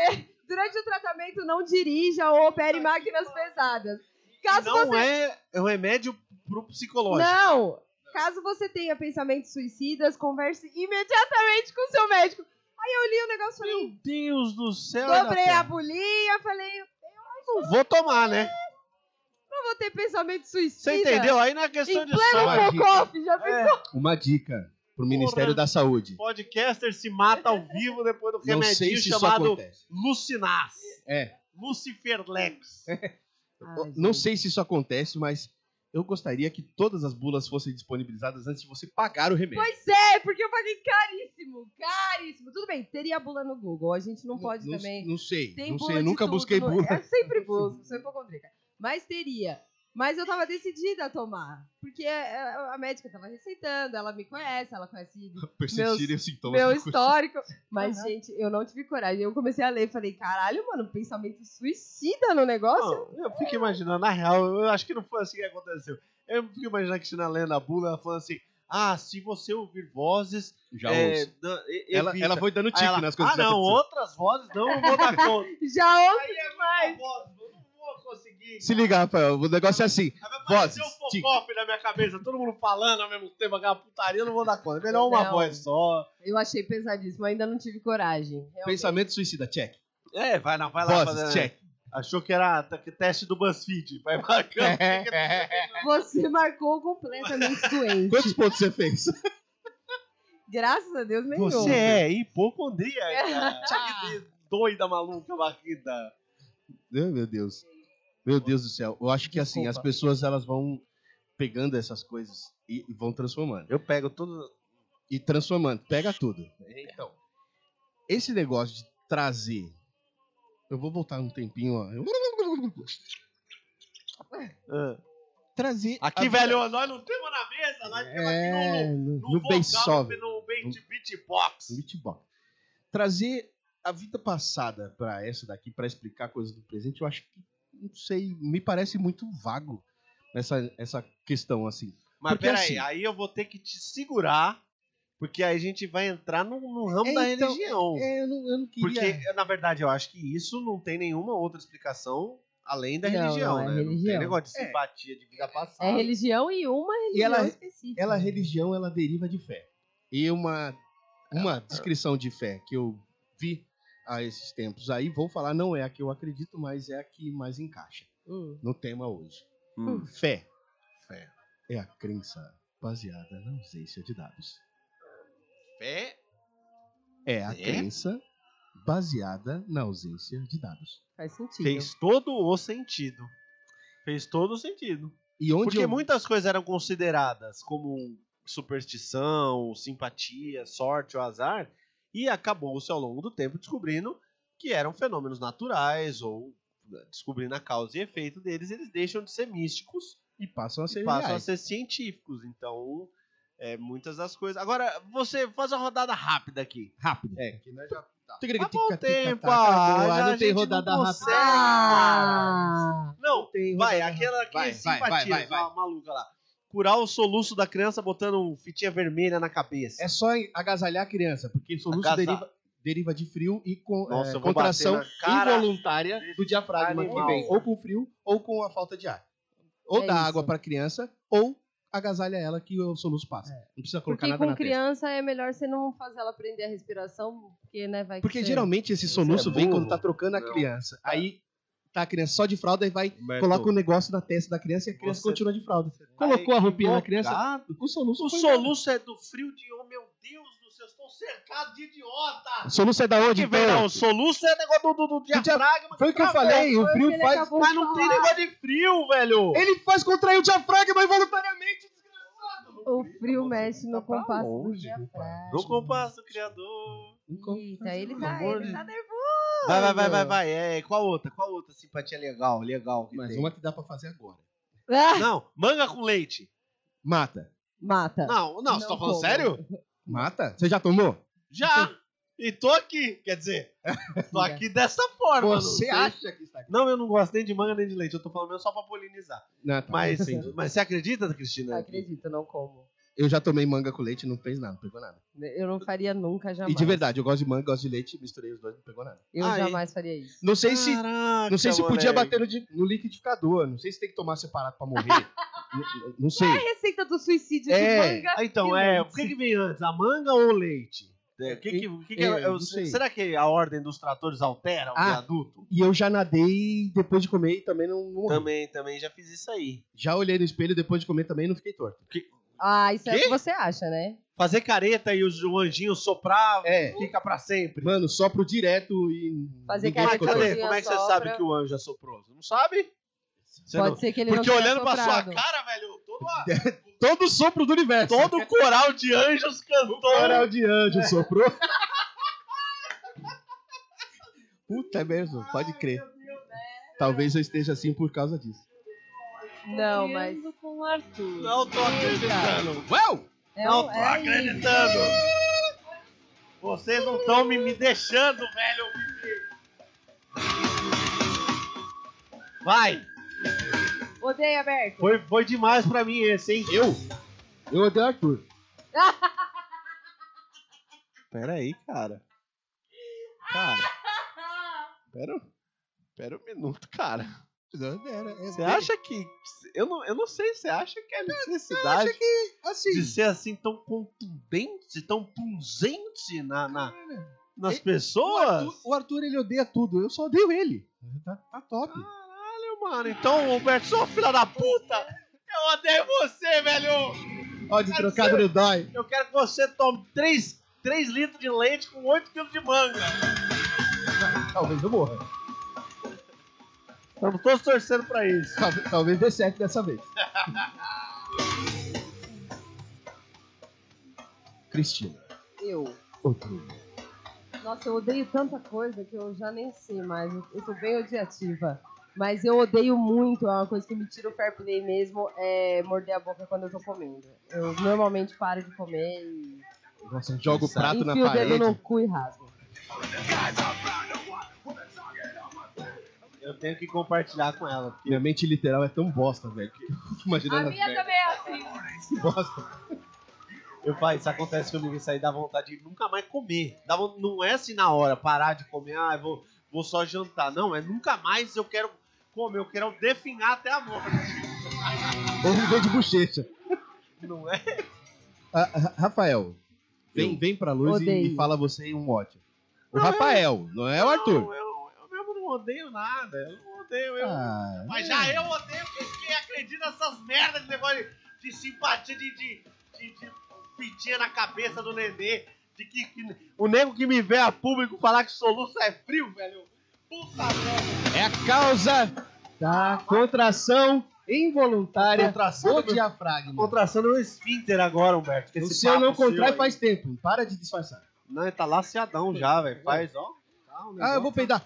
B: durante o tratamento, não dirija ou opere máquinas pesadas. Caso
C: não é é um remédio pro psicológico.
B: Não! Caso você tenha pensamentos suicidas, converse imediatamente com o seu médico. Aí eu li o negócio, falei,
C: Meu Deus do céu.
B: dobrei
C: Renata.
B: a bolinha, falei,
C: Não vou tomar, né?
B: não vou ter pensamento
C: Você
B: suicida.
C: entendeu? Aí na questão
B: Em
C: de saúde,
B: pleno Cocoff, já
C: É.
B: ficou.
D: Uma dica pro Ministério da Saúde.
C: o podcaster se mata ao vivo depois do
D: Não
C: remedinho
D: sei se isso
C: chamado
D: acontece.
C: Lucinaz.
D: É.
C: Luciferlex.
B: Ah,
D: Não sei se isso acontece, mas eu gostaria que todas as bulas fossem disponibilizadas antes de você pagar o remédio.
B: Pois é, porque eu paguei caríssimo, caríssimo. Tudo bem, teria a bula no Google, a gente não, pode
D: não,
B: também.
D: Não sei,
B: Tem
D: não
B: bula
D: sei, eu
B: de
D: nunca
B: tudo, né? É,
D: busquei
B: não-
D: bula. [laughs]
B: Eu sempre busco, sou hipocondríaca. Mas teria. Mas eu tava decidida a tomar. Porque é, a médica tava receitando, ela me conhece, ela conhece
D: Persistirem os sintomas.
B: meu
D: do curso.
B: histórico. Mas, gente, eu não tive coragem. Eu comecei a ler e falei, caralho, mano, pensamento suicida no negócio?
C: Não, eu fico imaginando, na real, eu acho que não foi assim que aconteceu. Eu fico imaginando que China lendo a bula, ela falando assim: Ah, se você ouvir vozes.
D: Já
C: é,
D: ouço.
C: da- e-
D: Ela,
C: evita."
D: ela foi dando
C: Aí
D: tique
C: ela,
D: nas coisas
C: Ah,
D: que já
C: não,
D: aconteceu.
C: outras vozes não, não vou [laughs] dar conta.
B: Já ouvi.
C: Aí é mais voz, eu não vou conseguir.
D: Se liga, Rafael, o negócio é assim.
C: Aí vai aparecer
D: Vozes,
C: um focope na minha cabeça, todo mundo falando ao mesmo tempo, aquela putaria, eu não vou dar conta. Melhor uma
B: Não.
C: voz só.
B: um-" Eu achei pesadíssimo, ainda não tive coragem. Realmente.
D: Pensamento suicida, check.
C: É, vai lá, vai lá.
D: Vozes,
C: fazendo-
D: check.
C: Achou que era t- teste do BuzzFeed. Vai marcando.
B: Você
D: [laughs]
B: marcou completamente doente.
D: Quantos pontos você fez?
B: Graças a Deus, nenhum.
C: Você é hipocondríaca. Que Doida, maluca, barrida.
D: Ai, Né, Meu Deus. Meu Deus do céu. Eu acho que assim, as pessoas elas vão pegando essas coisas e e vão transformando.
C: Eu pego tudo.
D: e transformando. Pega tudo. Então, esse negócio de trazer. Eu vou voltar um tempinho, ó. Eu- Trazer.
C: É. Aqui,
D: a vida-
C: velho, nós não temos na mesa. Nós temos
D: É,
C: aqui é-
D: no,
C: no,
D: no Beisov,
C: no beat, beatbox.
D: no beatbox. Trazer a vida passada pra essa daqui, pra explicar coisas do presente, eu acho que. Não sei, me parece muito vago essa, essa questão, assim.
C: Mas
D: Porque
C: peraí,
D: assim-
C: aí eu vou ter que te segurar Porque aí a gente vai entrar no, no ramo
D: É,
C: da
D: então,
C: religião.
D: É, eu não, eu não
C: porque,
D: queria.
C: na verdade, eu acho que isso não tem nenhuma outra explicação além da
B: Não,
C: religião,
B: não,
C: né? Não
B: é
C: tem
B: religião.
C: negócio de
D: É.
C: simpatia, de vida passada.
B: É religião e uma religião
D: ela-
B: específica.
D: Ela, religião, ela deriva de fé. E uma, uma descrição de fé que eu vi a esses tempos aí, vou falar, não é a que eu acredito, mas é a que mais encaixa
B: Hum.
D: no tema hoje.
C: Hum.
D: Fé. Fé. É a crença baseada na ausência de dados.
C: Fé?
D: É a
C: É?
D: crença baseada na ausência de dados.
B: Faz sentido.
C: Fez todo o sentido. Fez todo o sentido.
D: E onde
C: Porque
D: eu...
C: muitas coisas eram consideradas como um superstição, simpatia, sorte ou azar, e acabou-se ao longo do tempo descobrindo que eram fenômenos naturais ou né, descobrindo a causa e efeito deles, eles deixam de ser místicos
D: E passam a ser
C: e passam a
D: reais.
C: ser científicos. Então, é, muitas das coisas. Agora, você faz uma rodada rápida aqui. Rápida.
D: É, que nós já...
C: Acabou o tempo, ah, já
D: ah,
C: a
D: não tem
C: gente não
D: rodada
C: consegue.
D: rápida.
B: Ah!
C: Não,
D: tem
C: Vai,
D: rodada
C: aquela que
D: Vai, vai,
C: simpatia,
D: vai, vai, vai.
C: a maluca lá. Curar o soluço da criança botando um fitinha vermelha na cabeça.
D: É só agasalhar a criança, porque soluço
C: Agasalho.
D: deriva, deriva de frio e com,
C: Nossa,
D: é,
C: eu vou
D: contração
C: bater na cara
D: involuntária do diafragma
C: animal.
D: que vem, ou com frio ou com a falta de ar. Ou
B: É
D: dá
B: isso.
D: água para criança, ou agasalha ela que o soluço passa. Não precisa colocar
B: É. Porque
D: nada
B: com
D: na testa.
B: criança é melhor você não fazer ela prender a respiração, porque, né, vai que
D: Porque
B: você-
D: geralmente esse soluço
C: é
D: vem
C: burro.
D: quando tá trocando a
C: Não. É.
D: criança. Aí tá a criança só de fralda e vai,
C: Humberto,
D: coloca o negócio na testa da criança e a criança
C: Você-
D: continua de fralda. Colocou a roupinha na criança,
C: equivocado.
D: o soluço
C: O
D: foi-
C: soluço é do frio de oh meu Deus do céu, estou cercado de idiota!
D: O soluço é da onde,
C: Que
D: então?
C: vem, não, o soluço é negócio do, do, do
D: dia-
C: diafragma.
D: Foi o que eu
C: travou.
D: falei, o
B: Foi
D: frio
B: que ele
D: faz...
B: acabou
C: Mas
B: de
C: não tem
B: falar.
C: negócio de frio, velho!
D: Ele faz contrair o diafragma involuntariamente.
B: O frio mexe no
D: tá pra
B: compasso do
D: longe,
B: diafragma.
C: No compasso, criador.
B: Eita, ele
C: Pelo
B: tá,
C: amor
B: ele
C: de-
B: tá nervoso.
C: Vai, vai, vai, vai, vai. É, qual outra? Qual outra simpatia legal, legal que
D: Mas
C: tem?
D: uma que dá pra fazer agora.
B: Ah,
C: Não, manga com leite.
D: Mata.
B: Mata.
C: Não, não, você tá
B: Não
C: falando
B: como.
C: sério?
D: Mata? Você já tomou? Então,
C: Já! E tô aqui, quer
D: [laughs]
C: dizer, tô aqui dessa forma. não sei.
D: que está aqui?
C: Não, eu não gosto nem de manga nem de leite, eu tô falando mesmo só pra polinizar.
D: Não, tá. [laughs]
C: Mas, mas você acredita, Cristina?
B: Acredito, não como.
D: Eu já tomei manga com leite, não fez nada, não pegou nada.
B: Eu não faria nunca, jamais.
D: E de verdade, eu gosto de manga, gosto de leite, misturei os dois, não pegou nada.
B: Eu
C: Aí.
B: jamais faria isso.
D: Não sei se,
C: Caraca,
D: não sei se
C: moleque.
D: podia bater no, di- no liquidificador, não sei se tem que tomar separado
C: [laughs]
D: pra morrer. N- n- não sei.
B: Receita do
D: É.
B: suicídio de manga.
C: Ah, então,
B: e
C: é,
B: leite.
C: o que que vem antes, a manga ou o leite? É, o que que- o que que é-
D: eu
C: é o-
D: não sei.
C: será que a ordem dos tratores altera o
D: Ah.
C: viaduto?
D: E eu já nadei depois de comer e também não não morri.
C: Também, também já fiz isso aí.
D: Já olhei no espelho depois de comer também e não fiquei torto.
B: Ah, isso é o
C: Quê?
B: que você acha, né?
C: Fazer careta e os- o anjinho soprar,
D: É.
C: fica pra sempre.
D: Mano, sopro direto e.
B: Fazer
D: ninguém
C: Mas
B: careta
D: ficou torto.
C: cadê?
B: torto.
C: Como é que você
B: Sopra.
C: sabe que o anjo assoprou? Você não sabe? Você não-
B: Pode ser que ele
C: Porque
B: não tenha
C: olhando pra sua
B: soprado.
C: cara, velho, todo, a-
D: Todo sopro do universo.
C: todo o coral de anjos cantou.
D: Coral de anjo soprou. Puta, é mesmo, pode crer. Talvez eu esteja assim por causa disso.
B: Não, mas...
A: Olhando com o Arthur.
C: Não tô acreditando.
D: Uau!
B: É
C: Não
B: um-
C: tô
B: é isso.
C: acreditando. Vocês não estão me, me deixando, velho. Vai.
B: Odeio aberto.
C: Foi, foi demais pra mim esse, hein? Eu?
D: Eu odeio [laughs] Arthur.
C: Pera aí, cara. Cara,
D: Pera, pera um minuto, cara. Não, era, é,
C: você acha que... Eu não, eu não sei, você acha que é necessidade...
D: assim?
C: de ser assim tão contundente, tão punzente na, na- nas
D: Ele- O
C: pessoas.
D: Arthur, o Arthur, ele odeia tudo. Eu só odeio ele. Tá, tá top.
C: Ah, Caralho, mano. Então, Humberto, sou filha da puta. Eu odeio você, velho.
D: Ó, de trocado não dói.
C: Eu quero que você tome 3, litros de leite com 8 quilos de manga.
D: Talvez eu morra.
C: Estamos todos torcendo pra isso.
D: Talvez, talvez dê certo dessa vez. Cristina.
B: Eu.
D: Outro.
B: Nossa, eu odeio tanta coisa que eu já nem sei mais. Eu eu tô bem odiativa. Mas eu odeio muito, é uma coisa que me tira o fair play mesmo, é morder a boca quando eu tô comendo. Eu normalmente paro de comer e
D: Nossa, joga o prato na
B: enfio o dedo
D: parede.
B: no cu e rasgo.
C: Eu tenho que compartilhar com ela.
D: Minha mente literal é tão bosta, velho. que eu fico Imaginando as merdas
B: também é assim.
D: que bosta.
C: Eu falei, isso acontece comigo, isso aí dá vontade de nunca mais comer. Dá von- não é assim na hora, parar de comer, ah, eu vou, vou só jantar. Não, é nunca mais eu quero comer, eu quero definhar até a morte.
D: Ou viver de bochecha.
C: Não é?
D: Ah, Ra- Rafael, vem,
C: Eu.
D: vem pra luz e,
B: Odeio.
D: e fala você em um mote. O
C: Não,
D: Rafael, não é o Arthur.
C: Não, eu, eu mesmo não odeio nada. Eu não odeio, eu.
D: Ah,
C: Mas já eu odeio que- quem acredita nessas merdas de negócio de, de simpatia, de, de, de, de pitinha na cabeça do nenê. De que, que- o nego que me vê a público falar que soluço é frio, velho. Puta merda.
D: é a causa da contração involuntária
C: Contração
D: do
C: do, meu,
D: diafragma.
C: contração do meu esfíncter um agora, Humberto. que
D: O
C: esse
D: seu
C: papo
D: não contrai
C: aí.
D: faz tempo. Para de disfarçar.
C: Não, ele tá laceadão já, velho. Faz, ó. Tá, um
D: Ah, eu vou
C: negócio-
D: peidar.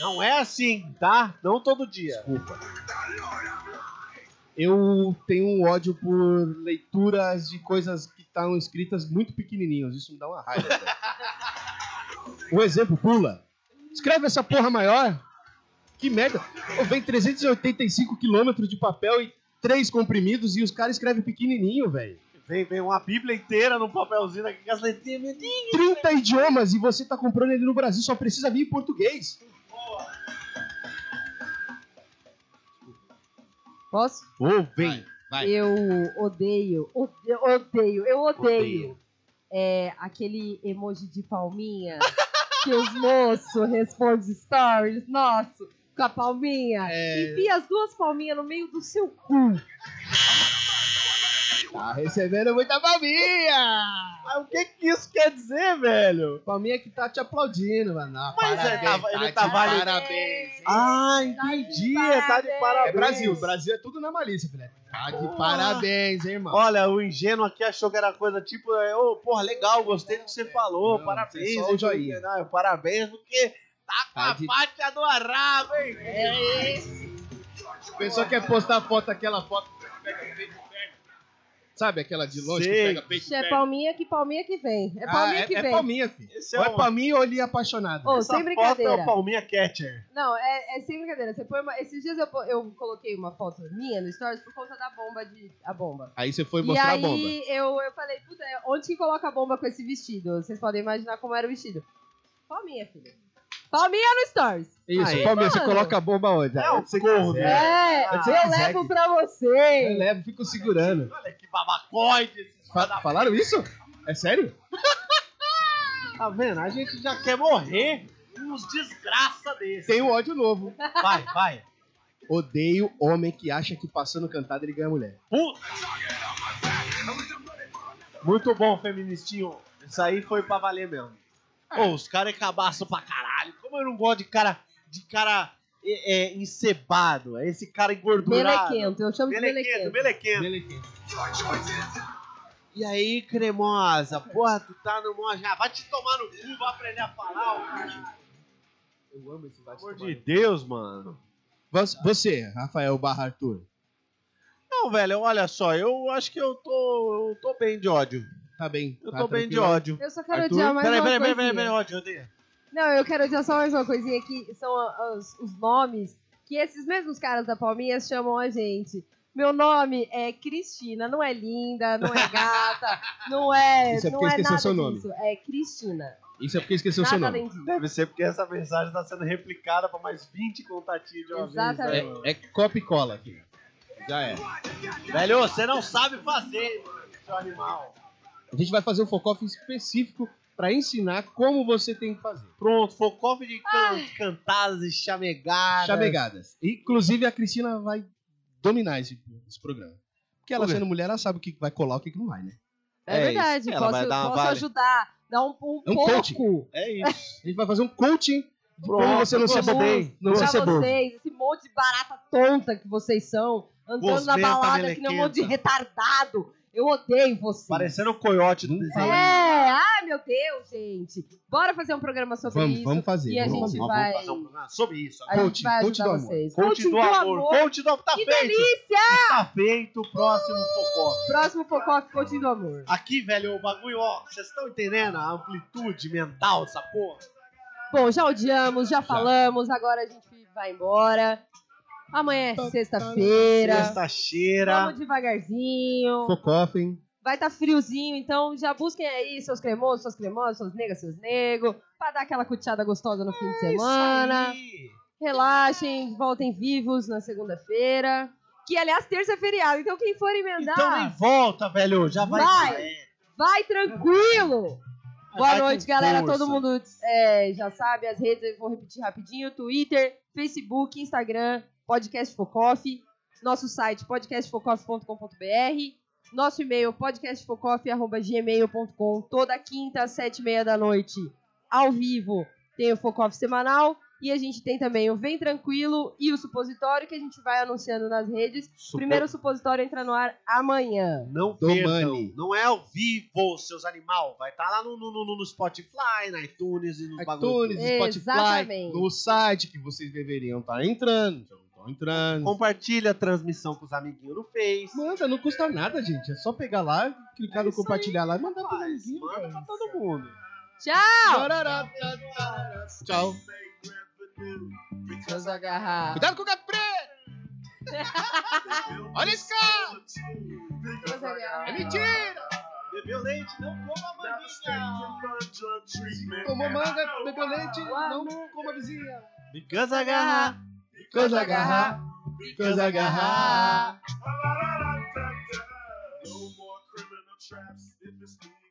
C: Não é assim, tá? Não todo dia.
D: Eu tenho um ódio por leituras de coisas que estão escritas muito pequenininhas. Isso me dá uma raiva. velho. um exemplo, pula. Escreve essa porra maior. Que merda. Ô, vem 385 quilômetros de papel e três comprimidos e os caras escrevem pequenininho, velho.
C: Vem, vem uma bíblia inteira num papelzinho aqui com as letrinhas. meu Deus.
D: 30 idiomas e você tá comprando ele no Brasil, só precisa vir em português.
B: Posso?
D: Ô, vem. Vai.
B: Eu odeio, odeio, odeio, eu odeio, É, aquele emoji de palminha [laughs] que os moços respondem stories, nossa, com a palminha.
D: É.
B: Enfia as duas palminhas no meio do seu cu.
D: Tá recebendo muita palminha.
C: Mas o que que isso quer dizer, velho?
D: Palminha que tá te aplaudindo, mano. Ah,
C: Mas ele tava- ele tá
D: Tati,
C: tava ali-
D: Parabéns.
C: Ah, entendi. Tá de parabéns.
D: É Brasil, Brasil é tudo na malícia, filé. Tá de
C: Porra.
D: parabéns, hein, irmão.
C: Olha, o ingênuo aqui achou que era coisa tipo, é, ô, porra, legal, gostei do que você falou,
D: É, Não,
C: parabéns.
D: é só o
C: hein,
D: joinha.
C: Não, parabéns, porque tá com
D: Tá
C: a
D: de-
C: pátria do arrabo, hein?
B: é
D: Pensou que é postar foto, aquela foto. Sabe aquela de longe
C: Sei.
D: que pega peito?
B: Ixi, é palminha que palminha que vem. É palminha
D: Ah,
B: que
D: é,
B: vem.
D: É palminha, filho.
C: Esse
D: Ou é
C: um-
D: palminha ou ele é apaixonado.
B: Ô,
C: essa
B: sem
C: foto é
B: brincadeira.
C: o Palminha Catcher.
B: Não, é, é sem brincadeira. Você põe uma- Esses dias eu, po- eu coloquei uma foto minha no Stories por conta da bomba de. A bomba.
D: Aí você foi
B: E
D: mostrar
B: aí
D: a bomba.
B: Eu, eu falei, puta, onde que coloca a bomba com esse vestido? Vocês podem imaginar como era o vestido. Palminha, filho. Palminha no Stories.
D: Isso,
C: Aí.
D: palminha, você
B: Mano.
D: coloca a bomba onde?
C: É o
D: Você
C: corno.
D: quiser.
B: É,
C: Ah,
D: você
B: eu
D: consegue.
B: levo pra você.
D: Eu levo, fico segurando.
C: Olha que babacoide esse filho
D: Fa-
C: da-
D: Falaram isso? É sério?
C: Tá vendo? A gente já quer morrer com uns desgraça desse.
D: Tem um ódio novo.
C: Vai, vai.
D: Odeio homem que acha que passando cantada ele ganha mulher.
C: Puta. Muito bom, feministinho. Isso aí foi pra valer mesmo. Pô, os caras é cabaço pra caralho. Como eu não gosto de cara de cara é, é, encebado. É esse cara engordurado.
B: Melequento, eu chamo de
C: Melequento,
B: melequento.
C: melequento. E aí, cremosa? Porra, tu tá no mó já. Vai te tomar no cu, vai aprender a falar. ô cara.
D: Eu amo esse
C: Pelo amor de Deus, mano.
D: Você- Você, Rafael barra Arthur.
C: Não, velho, olha só. Eu acho que eu tô, eu tô bem de ódio.
D: Tá bem.
C: Eu
D: tá
C: tô bem de
D: tranquilo?
C: ódio.
B: Eu só quero
D: Arthur,
B: odiar mais
C: Peraí,
B: uma
C: peraí, peraí,
B: coisinha.
C: peraí, peraí, ódio, odeio.
B: Não, eu quero dizer só mais uma coisinha que são a- os, os nomes que esses mesmos caras da Palminha chamam a gente. Meu nome é Cristina, não é linda, não é
D: [laughs]
B: gata, não é.
D: Isso é
B: não
D: porque
B: é
D: esqueceu
B: nada
D: seu nome.
B: disso. É Cristina.
D: Isso é porque esqueceu
B: nada
D: seu nome.
B: além disso.
C: Deve ser porque essa mensagem está sendo replicada para mais 20 contatinhos de uma
B: Exatamente.
C: vez. né, mano?
D: É copa e cola, filho. Já é.
C: Velho, você não sabe fazer, seu animal.
D: A gente vai fazer um focoff específico pra ensinar como você tem que fazer.
C: Pronto, focofe de can cantadas e chamegadas.
D: Chamegadas. Inclusive, a Cristina vai dominar esse, esse programa. Porque ela
C: Por quê?
D: sendo mulher, ela sabe o que vai colar e o que que não vai, né?
B: É,
C: É
B: verdade,
C: isso. Ela vai
B: posso,
C: dar uma
B: posso
C: vale.
B: ajudar, dar um, um,
D: É um
B: pouco
D: coaching.
C: É isso.
D: A gente vai fazer um coaching de como
C: Pronto,
D: você não ser bobo.
C: gostei.
D: Não
B: pra
D: ser bobo.
B: vocês, esse monte de barata tonta que vocês são, andando na
C: Gosmenta,
B: balada que nem um monte de retardado. Eu odeio vocês.
C: Parecendo um coiote do desenho.
B: É, ai meu Deus, gente. Bora fazer um programa sobre
D: Vamos,
B: isso.
D: vamos fazer.
B: E a
D: vamos fazer.
B: gente vai-
C: fazer um programa sobre isso.
B: A gente
D: Coaching,
B: vai
D: coaching
B: ajudar
D: do amor.
B: vocês.
C: Coach do amor, coach do amor. Tá
B: Que
C: feito,
B: delícia!
C: tá feito. Próximo focofe.
B: Próximo Focoff, coaching do amor.
C: Aqui, velho, o bagulho, ó. Vocês estão entendendo a amplitude mental dessa porra?
B: Bom, já odiamos, já falamos, agora a gente vai embora.
C: Tá,
B: Amanhã é sexta-feira.
C: Sexta-cheira.
B: Vamos devagarzinho.
D: Focoffin.
B: Vai estar friozinho, então já busquem aí seus cremosos, suas cremosas, seus negas, seus negros, pra dar aquela cuteada gostosa no fim de
C: É
B: semana. Relaxem, voltem vivos na segunda-feira. Que, aliás, terça é feriado, então quem for emendar,
C: Então nem volta, velho. Já vai.
B: Vai. vai tranquilo! Boa
C: Vai com
B: noite, galera.
C: força.
B: Todo mundo é, já sabe as redes, eu vou repetir rapidinho: Twitter, Facebook, Instagram, Podcast Focoff, nosso site podcastfocoff.com.br, nosso e-mail podcastfocoff.gmail.com, toda quinta às sete e meia da noite, ao vivo, tem o Focoff semanal. E a gente tem também o Vem Tranquilo e o Supositório, que a gente vai anunciando nas redes.
C: Supo-
B: Primeiro o Supositório entra no ar amanhã.
C: Não
D: Do
C: percam.
D: Money.
C: Não é ao vivo, seus animal. Vai estar lá no, no, no, no Spotify, na iTunes e no bagulho.
D: iTunes, Spotify,
B: Exatamente.
D: no site que vocês deveriam estar entrando. já não Estão entrando.
C: Compartilha a transmissão com os amiguinhos no Face.
D: Manda, não custa nada, gente. É só pegar lá, clicar no compartilhar lá e mandar pro
C: Rapaz,
D: amiguinho.
C: Manda pra todo mundo.
D: Tarará, tarará. Tchau.
B: Vamos agarrar.
D: Cuidado com o Gabriel! Olha esse cara!
B: Vamos agarrar.
D: É mentira!
C: Bebeu leite, não coma manguinha.
D: Tomou manga, bebeu leite, não coma vizinha.
C: Because I got
D: Coisa agarrar, coisa agarrar.
F: more criminal traps if it's me.